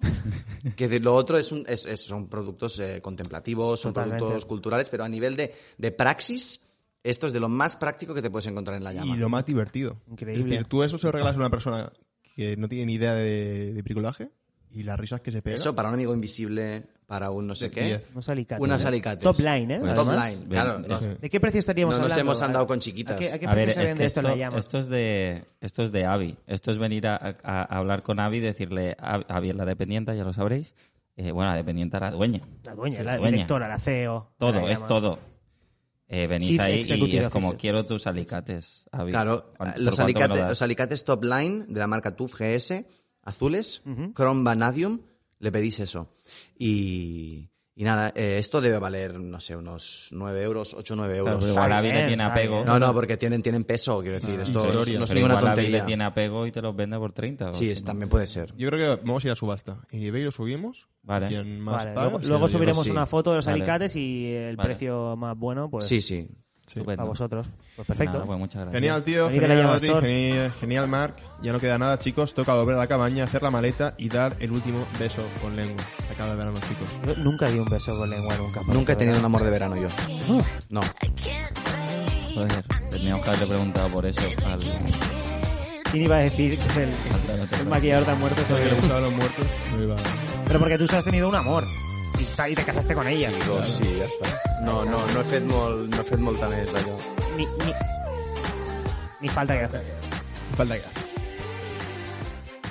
E: que de lo otro es un- es- es- son productos eh, contemplativos, son
D: Totalmente.
E: productos culturales, pero a nivel de, de praxis, esto es de lo más práctico que te puedes encontrar en la llama.
B: Y lo más divertido.
D: Increíble.
B: Es decir, tú eso se lo regalas a una persona que no tiene ni idea de, de bricolaje y las risas que se pega.
E: Eso para un amigo invisible, para un no sé
B: De
E: qué.
B: diez.
D: Unos alicates.
E: Unas
D: ¿eh?
E: alicates.
D: Top line, ¿eh?
E: Top
D: Además.
E: line, claro.
C: Bien, bien.
D: ¿De qué precio estaríamos
E: No nos
D: hablando?
E: hemos andado
D: ¿A-
E: con
D: ¿A
E: chiquitas.
D: qué, a qué
C: A ver,
D: precio
C: es que
D: se vende esto,
C: esto,
D: en la llama?
C: esto es de esto es de Avi. Esto es venir a, a- a hablar con Avi y decirle, "Avi- Avi es la dependiente, ya lo sabréis. Eh, bueno, la dependiente era dueña.
D: La dueña,
C: Sí,
D: la directora, la E CEO.
C: Todo,
D: la
C: es
D: llama.
C: todo. Eh, venís
D: Chief
C: ahí y
D: Executive
C: es como,
D: Officer.
C: quiero tus alicates, Avi.
E: Claro, eh,
C: ¿Cuán- por
E: los,
C: cuánto me lo
E: alicates,
C: das?
E: los alicates top line de la marca TUF GS, azules,
C: Ujú.
E: Chrome Vanadium, le pedís eso. Y, y nada, eh, esto debe valer, no sé, unos 9 euros, 8 o 9
C: Claro,
E: euros.
C: pero igual Está Avi le bien, tiene está apego. bien.
E: No, no, porque tienen, tienen peso, quiero decir.
B: Ah,
E: esto
B: historia.
E: es- no es
C: Pero
E: ninguna
C: igual Avi le
E: tontería.
C: tiene apego y te los vende por 30. o
E: Sí,
C: si
E: es-
C: no.
E: también puede ser.
B: Yo creo que vamos a ir a subasta. En eBay lo subimos.
C: Vale.
B: Quien más
D: Vale,
B: paga,
D: luego,
B: se
D: luego
B: lo lleva.
D: subiremos
E: sí.
D: una foto de los
E: Vale.
D: alicates y el
E: Vale.
D: precio más bueno, pues.
E: Sí, sí.
D: A
C: Estupendo.
D: vosotros. Pues perfecto.
C: Nada, pues muchas gracias.
B: Genial, tío.
D: Venid a la
B: Genial,
D: Llama
B: Adri,
D: Store.
B: genial, genial, Mark. Ya no queda nada, chicos. Toca volver a la cabaña, hacer la maleta y dar el último beso con lengua. Acaba el verano, chicos.
D: Yo Nunca di un beso con lengua, nunca.
E: Nunca he tenido un amor de verano yo. No.
C: Joder, teníamos que haberle preguntado por eso al...
D: ¿Quién iba a decir que es el, el maquillador tan muerto?
B: Porque le gustaban los muertos. No iba.
D: Pero porque tú has tenido un amor. Y, ta- y te casaste con ella.
E: sí, ja està. No, no, no he fet molt, no he fet molta més d'allò.
D: Ni, ni, ni falta que hacer.
B: Falta que hace.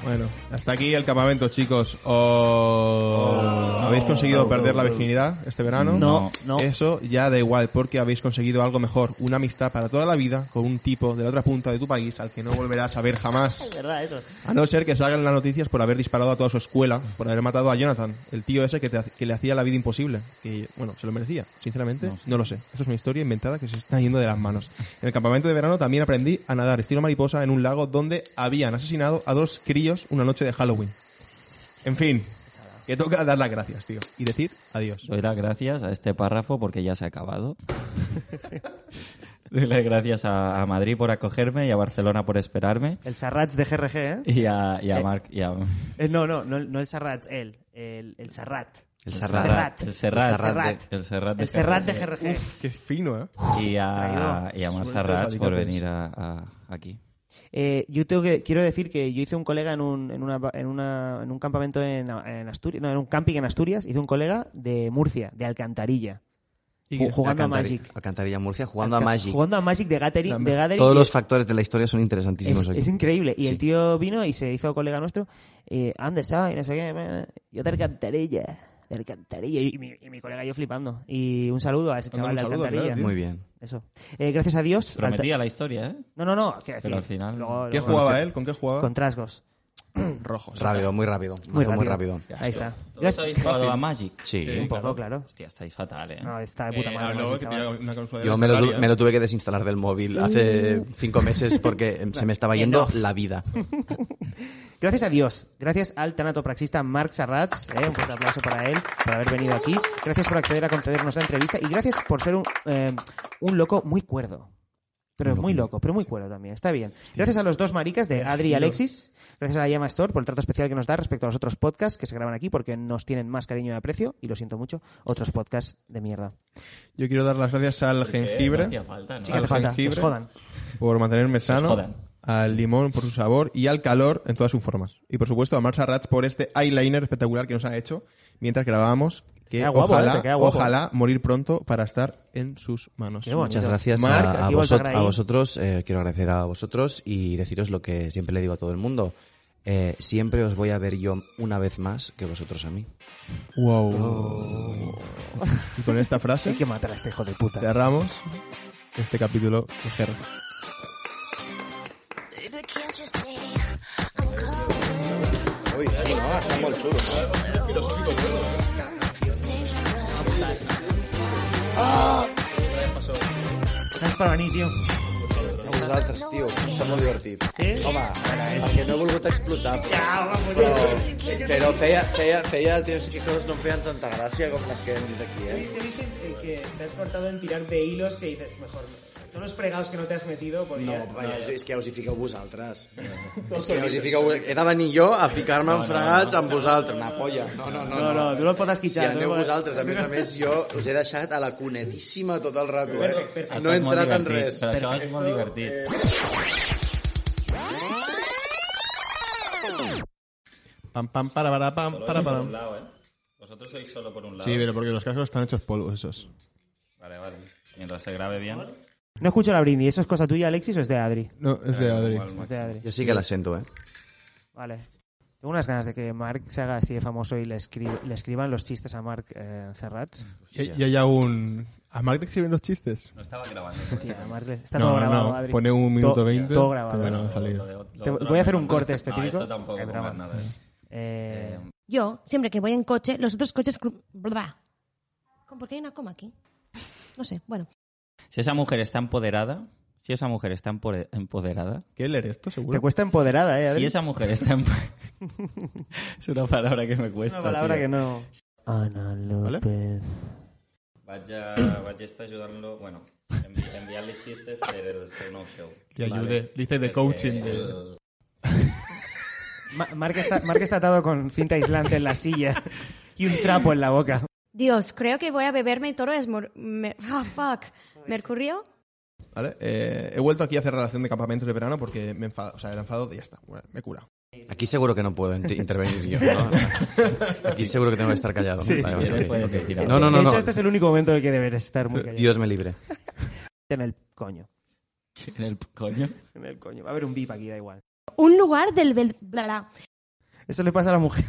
B: Bueno, hasta aquí el campamento, chicos. Oh, ¿Habéis conseguido perder la virginidad este verano?
D: No, no.
B: Eso ya da igual, porque habéis conseguido algo mejor. Una amistad para toda la vida con un tipo de la otra punta de tu país al que no volverás a ver jamás.
D: Es verdad, eso.
B: A no ser que salgan las noticias por haber disparado a toda su escuela, por haber matado a Jonathan, el tío ese que, te ha- que le hacía la vida imposible. Que, bueno, se lo merecía, sinceramente. No, lo sé. Eso es una historia inventada que se está yendo de las manos. En el campamento de verano también aprendí a nadar estilo mariposa en un lago donde habían asesinado a dos críos una noche de Halloween. En fin, que toca dar las gracias, tío. Y decir adiós.
C: Doy las gracias a este párrafo porque ya se ha acabado. Doy las gracias a, a Madrid por acogerme y a Barcelona por esperarme.
D: El Sarrats de GRG, ¿eh?
C: Y a, y a
D: Eh,
C: Marc. Y a...
D: eh, no, no, no, no el Sarrats, él. El, el Sarrat.
C: El Serrat. El Serrat. El Serrat de
D: El Serrat de
C: GRG.
D: GRG.
B: Uf, qué fino, ¿eh?
C: Y a,
D: Traidor.
C: y a Marc
D: Suelta
C: Serrats por
D: palicates.
C: venir a, a- aquí.
D: Eh, yo tengo que, quiero decir que yo hice un colega en un, en una, en una- en un campamento en, en Asturias, no, en un camping en Asturias, hice un colega de Murcia, de Alcantarilla.
E: Y
D: ju- jugando a
E: Alcantari-
D: Magic.
E: Alcantarilla Murcia jugando a
D: Alca-
E: Magic.
D: Jugando a Magic de Gathering. de Gathering
E: Todos
D: y-
E: los factores de la historia son interesantísimos
D: es,
E: aquí.
D: es increíble. Y el
E: Sí.
D: tío vino y se hizo colega nuestro. Eh, ¿Dónde estás? Y no sé qué. eh, Yo te alcantarilla. Te alcantarilla. Y mi, y mi colega y yo flipando. Y un saludo a ese
E: Mándale Pues
D: chaval
E: un
D: de
E: saludo,
D: alcantarilla.
E: claro, tío. Muy bien.
D: Eso. Eh, gracias a Dios.
C: Prometía
D: Alta-
C: la historia, ¿eh?
D: No, no, no. quiero decir,
C: Pero al final-
D: luego-
B: ¿Qué
D: luego-
B: jugaba él? ¿Con qué jugaba?
D: Con trasgos.
B: Rojos.
E: Rápido, muy rápido.
D: Muy
E: Mazo,
D: rápido.
E: muy rápido.
D: Ahí está.
C: ¿Todos habéis jugado
E: Fácil.
C: a Magic?
E: Sí, Sí, un poco,
D: claro. claro.
C: Hostia, estáis fatal, ¿eh?
D: No, está de puta
B: Eh,
D: madre.
B: habló
D: Magic,
B: que
D: chaval.
B: tenía una consola de
E: Yo me lo, tu-
B: Atari, ¿eh?
E: me lo tuve que desinstalar del móvil hace cinco meses porque se me estaba yendo
D: Enough.
E: la vida.
D: Gracias a Dios, gracias al tanatopraxista Marc Sarrats, eh, un fuerte aplauso para él por haber venido aquí, gracias por acceder a concedernos la entrevista y gracias por ser un, eh, un loco muy cuerdo. Pero muy loco, pero muy cuerdo también, está bien. Gracias a los dos maricas de Adri y Alexis, gracias a la Llama Store por el trato especial que nos da respecto a los otros podcasts que se graban aquí porque nos tienen más cariño y aprecio, y lo siento mucho, otros podcasts de mierda.
B: Yo quiero dar las gracias al
C: No
B: jengibre.
C: hacía falta, ¿no?
D: Sí, que hace
B: Al
D: falta,
B: jengibre
D: que os jodan.
B: Por mantenerme sano.
C: jodan.
B: Al limón por su sabor y al calor en todas sus formas. Y por supuesto a Marcia Rats por este eyeliner espectacular que nos ha hecho mientras grabábamos. Que
D: Queda guapo,
B: ojalá,
D: eh, te queda guapo.
B: ojalá morir pronto para estar en sus manos.
D: Qué bonito.
E: Muchas gracias
B: Marc,
E: a, a
B: aquí
E: vosot-
B: Voltagrain.
E: a vosotros. eh, quiero agradecer a vosotros y deciros lo que siempre le digo a todo el mundo. Eh, siempre os voy a ver yo una vez más que vosotros a mí.
B: Wow. Y con esta frase
D: Hay que matar a este hijo de puta.
B: cerramos este capítulo de GR.
D: Gracias para venir, tío.
E: A vosaltres, tio. Està molt divertit.
D: Sí?
E: Home, perquè no he volgut explotar, però, però, però feia, feia, feia temps que coses no em feien tanta gràcia com les que hem dit aquí, eh?
D: ¿Te viste el que te has cortado en tirar de hilos que dices, mejor, todos los fregados que no te has metido, pues porque...
E: No, vaja, és, és que us hi fiqueu vosaltres. és que us hi fiqueu... He de venir jo a ficar-me en fregats amb vosaltres. Una polla. No, no, no.
D: No, no, tu no et pots
E: Si
D: quitxar.
E: aneu vosaltres, a més a més, jo us he deixat a la cunetíssima tot el rato, eh? No he
C: Estàs molt
E: entrat en
C: divertit,
E: res.
C: Però això és molt divertit.
B: Pam, pam, para, para, pam, para, para.
C: lado, ¿eh? Vosotros sois solo por un
B: Sí, pero porque los cascos están hechos polvo esos.
C: Vale, vale. Mientras se grabe bien.
D: No escucho la brindis. ¿Eso es cosa tuya, Alexis, o es de Adri?
B: No, es de Adri.
D: Es de Adri.
E: Jo sí que la sento, eh?
D: Vale. Tengo unas ganas de que Mark se haga así de famoso y le, escri- le escriban los chistes a Mark eh, Serrats.
B: Y, y hay aún... ¿A Mark le escriben los chistes?
C: No estaba grabando.
D: Hostia, Mark, le- está
B: No,
D: todo
B: no,
D: grabado,
B: no.
D: Adri.
B: Pone un minuto
D: Todo-
B: 20,
D: Todo grabado.
B: pero no ha salido.
D: Te- voy a hacer un corte
C: No,
D: específico.
C: esto tampoco
D: Eh,
C: pongas
D: broma.
C: nada.
D: Eh,
Q: Yo, siempre que voy en coche, los otros coches... cru- ¿Verdad? ¿Por qué hay una coma aquí? No sé, bueno.
C: Si esa mujer está empoderada, si esa mujer está empode- empoderada,
B: ¿Qué leer esto, seguro?
D: te cuesta empoderada, ¿eh, Adri?
C: si esa mujer está empoderada... es una palabra que me
D: es
C: cuesta,
D: una palabra
C: tío.
D: que no... Ana López.
C: Vaig a, vaig a estar ajudant-lo, bueno, envi enviant-li xistes per el seu nou show.
B: Que ayude. Dice de coaching. de-
D: Ma- Mark, está, Mark está atado con cinta aislante en la silla y un trapo en la boca.
R: Dios, creo que voy a beberme todo es mor- mer- ah, fuck. mercurio.
B: ¿Vale? Eh, he vuelto aquí a hacer relación de campamentos de verano porque me enfado. O sea, el enfado ya está. Bueno, me cura.
E: Aquí seguro que no puedo inter- intervenir yo, ¿no? Aquí seguro que tengo que estar callado.
D: Sí,
E: Vale,
D: sí,
E: vale,
C: no
E: ok,
C: puedes
E: ok.
C: decir
E: No, no,
C: algo.
E: no,
D: de hecho,
E: no.
D: este es el único momento en el que deberías estar muy callado.
E: Dios me libre.
D: En el coño.
C: En el coño.
D: En el coño. Va a haber un VIP aquí, da igual.
Q: Un lugar del... bel- bla, bla.
D: Eso le pasa a la mujer.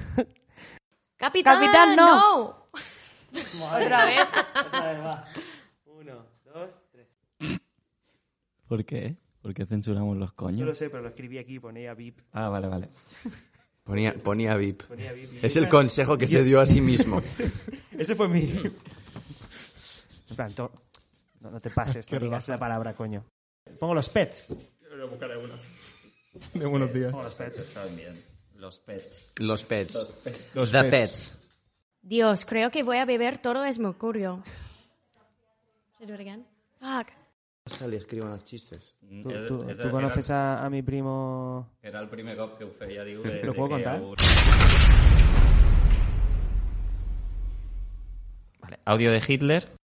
R: Capitán,
Q: Ah,
P: Capitán, no.
R: Otra vez.
D: Uno, dos, tres.
C: ¿Por qué? ¿Por qué censuramos los
D: No lo
C: coños?
D: sé, pero lo escribí aquí, ponía VIP.
C: Ah, vale, vale.
E: Ponía, ponía VIP.
D: Ponía VIP.
E: Es el consejo que se dio a sí mismo.
D: Ese fue mi. En plan, to- no, no te pases, no
B: Qué
D: digas la palabra, coño. Pongo los pets.
B: De buenos días.
D: Pongo los pets.
C: Los pets.
E: Los pets.
C: Los pets.
B: Los
E: The
B: pets.
E: pets.
R: Dios, creo que voy a beber todo es mercurio. Should I do it again? Fuck.
E: Sale, escriban los chistes.
D: ¿Tú, tú- tú conoces a, a mi primo?
C: Era el primer cop que feia, diu... De, de
D: ¿Lo puedo
C: que
D: contar?
C: algú- Vale, audio de Hitler.